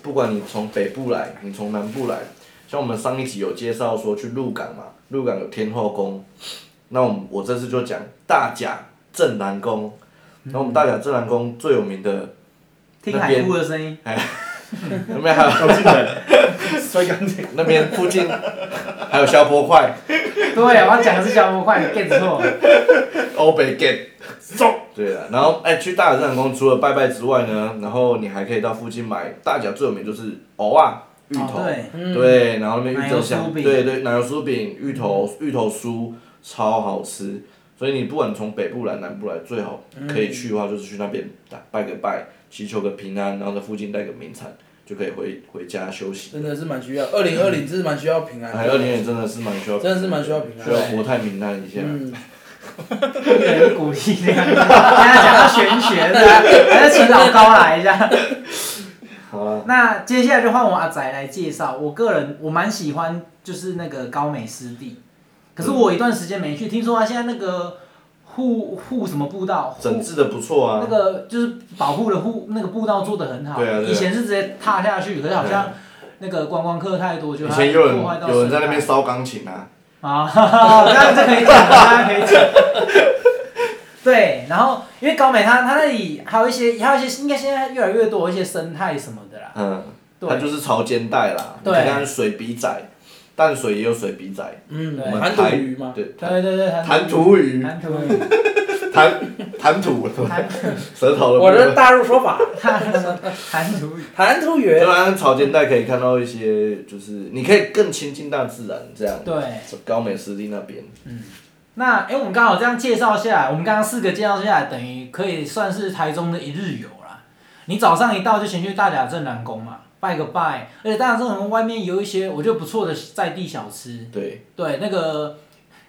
[SPEAKER 1] 不管你从北部来，你从南部来，像我们上一集有介绍说去鹿港嘛，鹿港有天后宫，那我们我这次就讲大甲镇南宫。然后我们大甲镇南宫最有名的，
[SPEAKER 2] 听海哭的声音，
[SPEAKER 1] 那边还有
[SPEAKER 4] 小心人，哎摔干净。
[SPEAKER 1] 那边附近还有消波块、
[SPEAKER 2] 对，我要讲的是小魔怪，你 get 错了。
[SPEAKER 1] 欧北 get 对啊，然后哎、去大甲镇南宫除了拜拜之外呢，然后你还可以到附近买大甲最有名就是藕啊、芋头，
[SPEAKER 2] 哦，对，
[SPEAKER 3] 嗯，
[SPEAKER 1] 对，然后那边芋
[SPEAKER 2] 奶
[SPEAKER 1] 头
[SPEAKER 2] 油
[SPEAKER 1] 香，
[SPEAKER 2] 酥饼
[SPEAKER 1] 对对，奶油酥饼、芋头、芋头酥超好吃。所以你不管从北部来、南部来，最好
[SPEAKER 2] 嗯
[SPEAKER 1] 可以去的话，就是去那边打拜个拜，祈求个平安，然后在附近带个名产，就可以回回家休息。
[SPEAKER 3] 真的是蛮需要。二零二零真是蛮需要平安，
[SPEAKER 1] 还哎有二零也真的是蛮需要，
[SPEAKER 3] 真的是蛮需要平安
[SPEAKER 1] 需要国泰民安一下。
[SPEAKER 3] 嗯，
[SPEAKER 2] 一个人鼓励
[SPEAKER 1] *laughs*
[SPEAKER 2] 那个，大家讲到玄学的，还是请老高来一下。
[SPEAKER 1] 好啊了，
[SPEAKER 2] 那接下来就换我阿仔来介绍。我个人我蛮喜欢就是那个高美湿地，可是我一段时间没去，听说他现在那个护护什么步道，
[SPEAKER 1] 整
[SPEAKER 2] 护
[SPEAKER 1] 治的不错啊。
[SPEAKER 2] 那个就是保护的护那个步道做的很好。
[SPEAKER 1] 对啊对啊
[SPEAKER 2] 以前是直接踏下去，可是好像那个观光客太多，就
[SPEAKER 1] 以
[SPEAKER 2] 它
[SPEAKER 1] 前有人
[SPEAKER 2] 破坏到
[SPEAKER 1] 有人在那
[SPEAKER 2] 生态
[SPEAKER 1] 边烧钢琴啊，
[SPEAKER 2] 啊，这样这可以讲，大家可以讲。 *laughs* 对，然后因为高美它它那里还有一些，还有一些应该现在越来越多一些生态什么的啦。
[SPEAKER 1] 嗯，
[SPEAKER 2] 对
[SPEAKER 1] 它就是潮间带啦，你
[SPEAKER 2] 对
[SPEAKER 1] 看它水笔仔，淡水也有水笔仔，
[SPEAKER 3] 嗯，
[SPEAKER 2] 对
[SPEAKER 3] 含土鱼嘛，
[SPEAKER 1] 对，
[SPEAKER 2] 对对对，
[SPEAKER 1] 弹涂鱼，
[SPEAKER 2] 弹涂 *laughs* 鱼，
[SPEAKER 1] 弹弹吐，
[SPEAKER 2] *laughs* 弹涂
[SPEAKER 1] *laughs* 舌头的部
[SPEAKER 3] 我的
[SPEAKER 1] 分。
[SPEAKER 3] 大陆 *laughs* 说法，
[SPEAKER 2] 弹涂鱼，
[SPEAKER 3] 弹涂
[SPEAKER 1] 对
[SPEAKER 3] 鱼，
[SPEAKER 1] 啊，草间带可以看到一些，就是你可以更亲近大自然，这样。
[SPEAKER 2] *laughs* 对。
[SPEAKER 1] 高美湿地那边，
[SPEAKER 2] 那哎、诶我们刚好这样介绍下来，我们刚刚四个介绍下来，等于可以算是台中的一日游啦。你早上一到就先去大甲镇南宫嘛，拜个拜，而且大甲镇南宫外面有一些我觉得不错的在地小吃，
[SPEAKER 1] 对，
[SPEAKER 2] 对，那个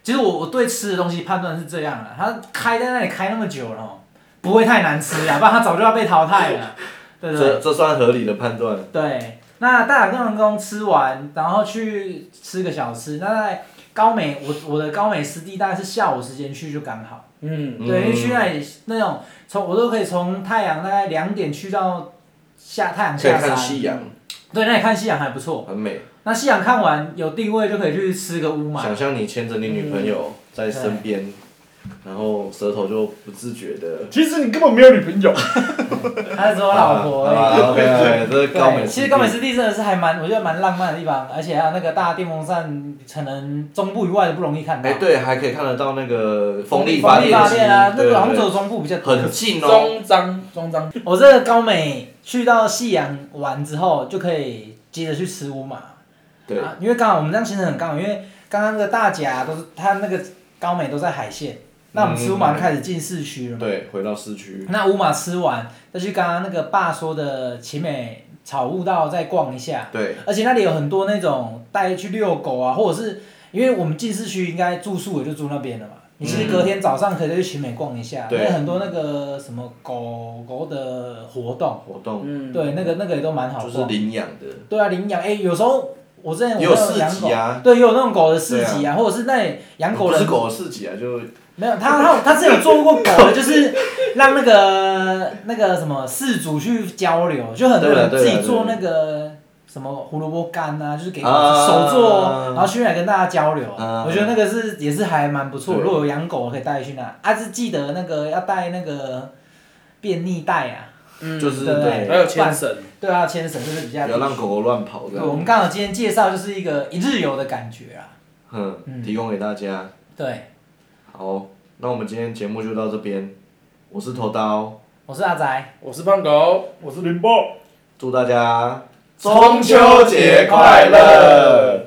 [SPEAKER 2] 其实我我对吃的东西判断是这样的，他开在那里开那么久了哦，不会太难
[SPEAKER 1] *laughs*
[SPEAKER 2] 吃啊，不然它早就要被淘汰了，对不
[SPEAKER 1] 这
[SPEAKER 2] 对？
[SPEAKER 1] 这算合理的判断。
[SPEAKER 2] 对，那大甲跟宫吃完，然后去吃个小吃，那在高美，我我的高美湿地大概是下午时间去就刚好，
[SPEAKER 3] 嗯，
[SPEAKER 1] 嗯
[SPEAKER 2] 对，因为去那里那种从我都可以从太阳大概两点去到下太阳
[SPEAKER 1] 嗯可以
[SPEAKER 2] 下
[SPEAKER 1] 看
[SPEAKER 2] 山，
[SPEAKER 1] 夕阳，
[SPEAKER 2] 对，那里看夕阳还不错。
[SPEAKER 1] 很美。
[SPEAKER 2] 那夕阳看完有定位就可以去吃个乌马，
[SPEAKER 1] 想象你牵着你女朋友
[SPEAKER 2] 嗯
[SPEAKER 1] 在身边，然后舌头就不自觉的。
[SPEAKER 4] 其实你根本没有女朋友，
[SPEAKER 2] 她是我老
[SPEAKER 1] 啊
[SPEAKER 2] 婆而已。
[SPEAKER 1] *laughs* OK，这是高美
[SPEAKER 2] 对，
[SPEAKER 1] 湿地。
[SPEAKER 2] 其实高美湿地真的是还蛮，我觉得蛮浪漫的地方，而且还有那个大电风扇，可能中部以外的不容易看到。
[SPEAKER 1] 哎，对，还可以看得到那个风力
[SPEAKER 2] 风力
[SPEAKER 1] 电
[SPEAKER 2] 发
[SPEAKER 1] 机
[SPEAKER 2] 电啊，，那
[SPEAKER 1] 对
[SPEAKER 2] 个好像只有
[SPEAKER 1] 对
[SPEAKER 2] 中部比较
[SPEAKER 1] 对
[SPEAKER 2] 多。
[SPEAKER 1] 很
[SPEAKER 3] 嗯
[SPEAKER 1] 近哦。
[SPEAKER 3] 中章中章，
[SPEAKER 2] 我这个高美去到夕阳完之后，就可以接着去吃乌马。
[SPEAKER 1] 对，
[SPEAKER 2] 啊，因为刚好我们这样行程很刚好，因为刚刚那个大甲都是它那个高美都在海线，那我们吃乌马就开始进市区了嘛。
[SPEAKER 1] 对，回到市区。
[SPEAKER 2] 那乌马吃完，再去刚刚那个爸说的奇美草悟道再逛一下，
[SPEAKER 1] 对，
[SPEAKER 2] 而且那里有很多那种带去遛狗啊，或者是因为我们进市区应该住宿也就住那边了嘛。你其实隔天早上可以再去奇美逛一下，
[SPEAKER 1] 嗯对
[SPEAKER 2] 那有很多那个什么狗狗的活动，
[SPEAKER 1] 活动
[SPEAKER 3] 嗯，
[SPEAKER 2] 对，那个那个也都蛮好
[SPEAKER 1] 就是
[SPEAKER 2] 逛。
[SPEAKER 1] 领养的，
[SPEAKER 2] 对啊，领养哎，有时候我之前
[SPEAKER 1] 也
[SPEAKER 2] 我
[SPEAKER 1] 有
[SPEAKER 2] 朋友
[SPEAKER 1] 市
[SPEAKER 2] 养狗
[SPEAKER 1] 集，啊，
[SPEAKER 2] 对，也有那种狗的市集啊，或者是那里养狗
[SPEAKER 1] 不是
[SPEAKER 2] 人
[SPEAKER 1] 狗的市集啊，就
[SPEAKER 2] 没有，他他他是有做过狗
[SPEAKER 1] *laughs*
[SPEAKER 2] 的，就是让那个那个什么饲主去交流，就很多人
[SPEAKER 1] 对了
[SPEAKER 2] 自
[SPEAKER 1] 对了
[SPEAKER 2] 己做那个什么胡萝卜干啊，就是给狗
[SPEAKER 1] 啊
[SPEAKER 2] 手做，然后去那里跟大家交流啊。
[SPEAKER 1] 啊
[SPEAKER 2] 我觉得那个是也是还蛮不错，
[SPEAKER 1] 对
[SPEAKER 2] 如果有养狗可以带去那，啊，是记得那个要带那个便利袋啊，
[SPEAKER 3] 嗯
[SPEAKER 1] 就是
[SPEAKER 2] 对
[SPEAKER 1] 对，
[SPEAKER 3] 还有牵绳，
[SPEAKER 2] 对啊，牵绳就是比较
[SPEAKER 1] 不要让狗狗乱跑这
[SPEAKER 2] 对，我们
[SPEAKER 1] 样。
[SPEAKER 2] 刚好今天介绍就是一个一日游的感觉啊，嗯
[SPEAKER 1] 嗯，提供给大家。
[SPEAKER 2] 对，
[SPEAKER 1] 好，那我们今天节目就到这边。我是头刀，
[SPEAKER 2] 我是阿宅。
[SPEAKER 3] 我是胖狗，
[SPEAKER 4] 我是林豹。
[SPEAKER 1] 祝大家
[SPEAKER 2] 中秋节快乐！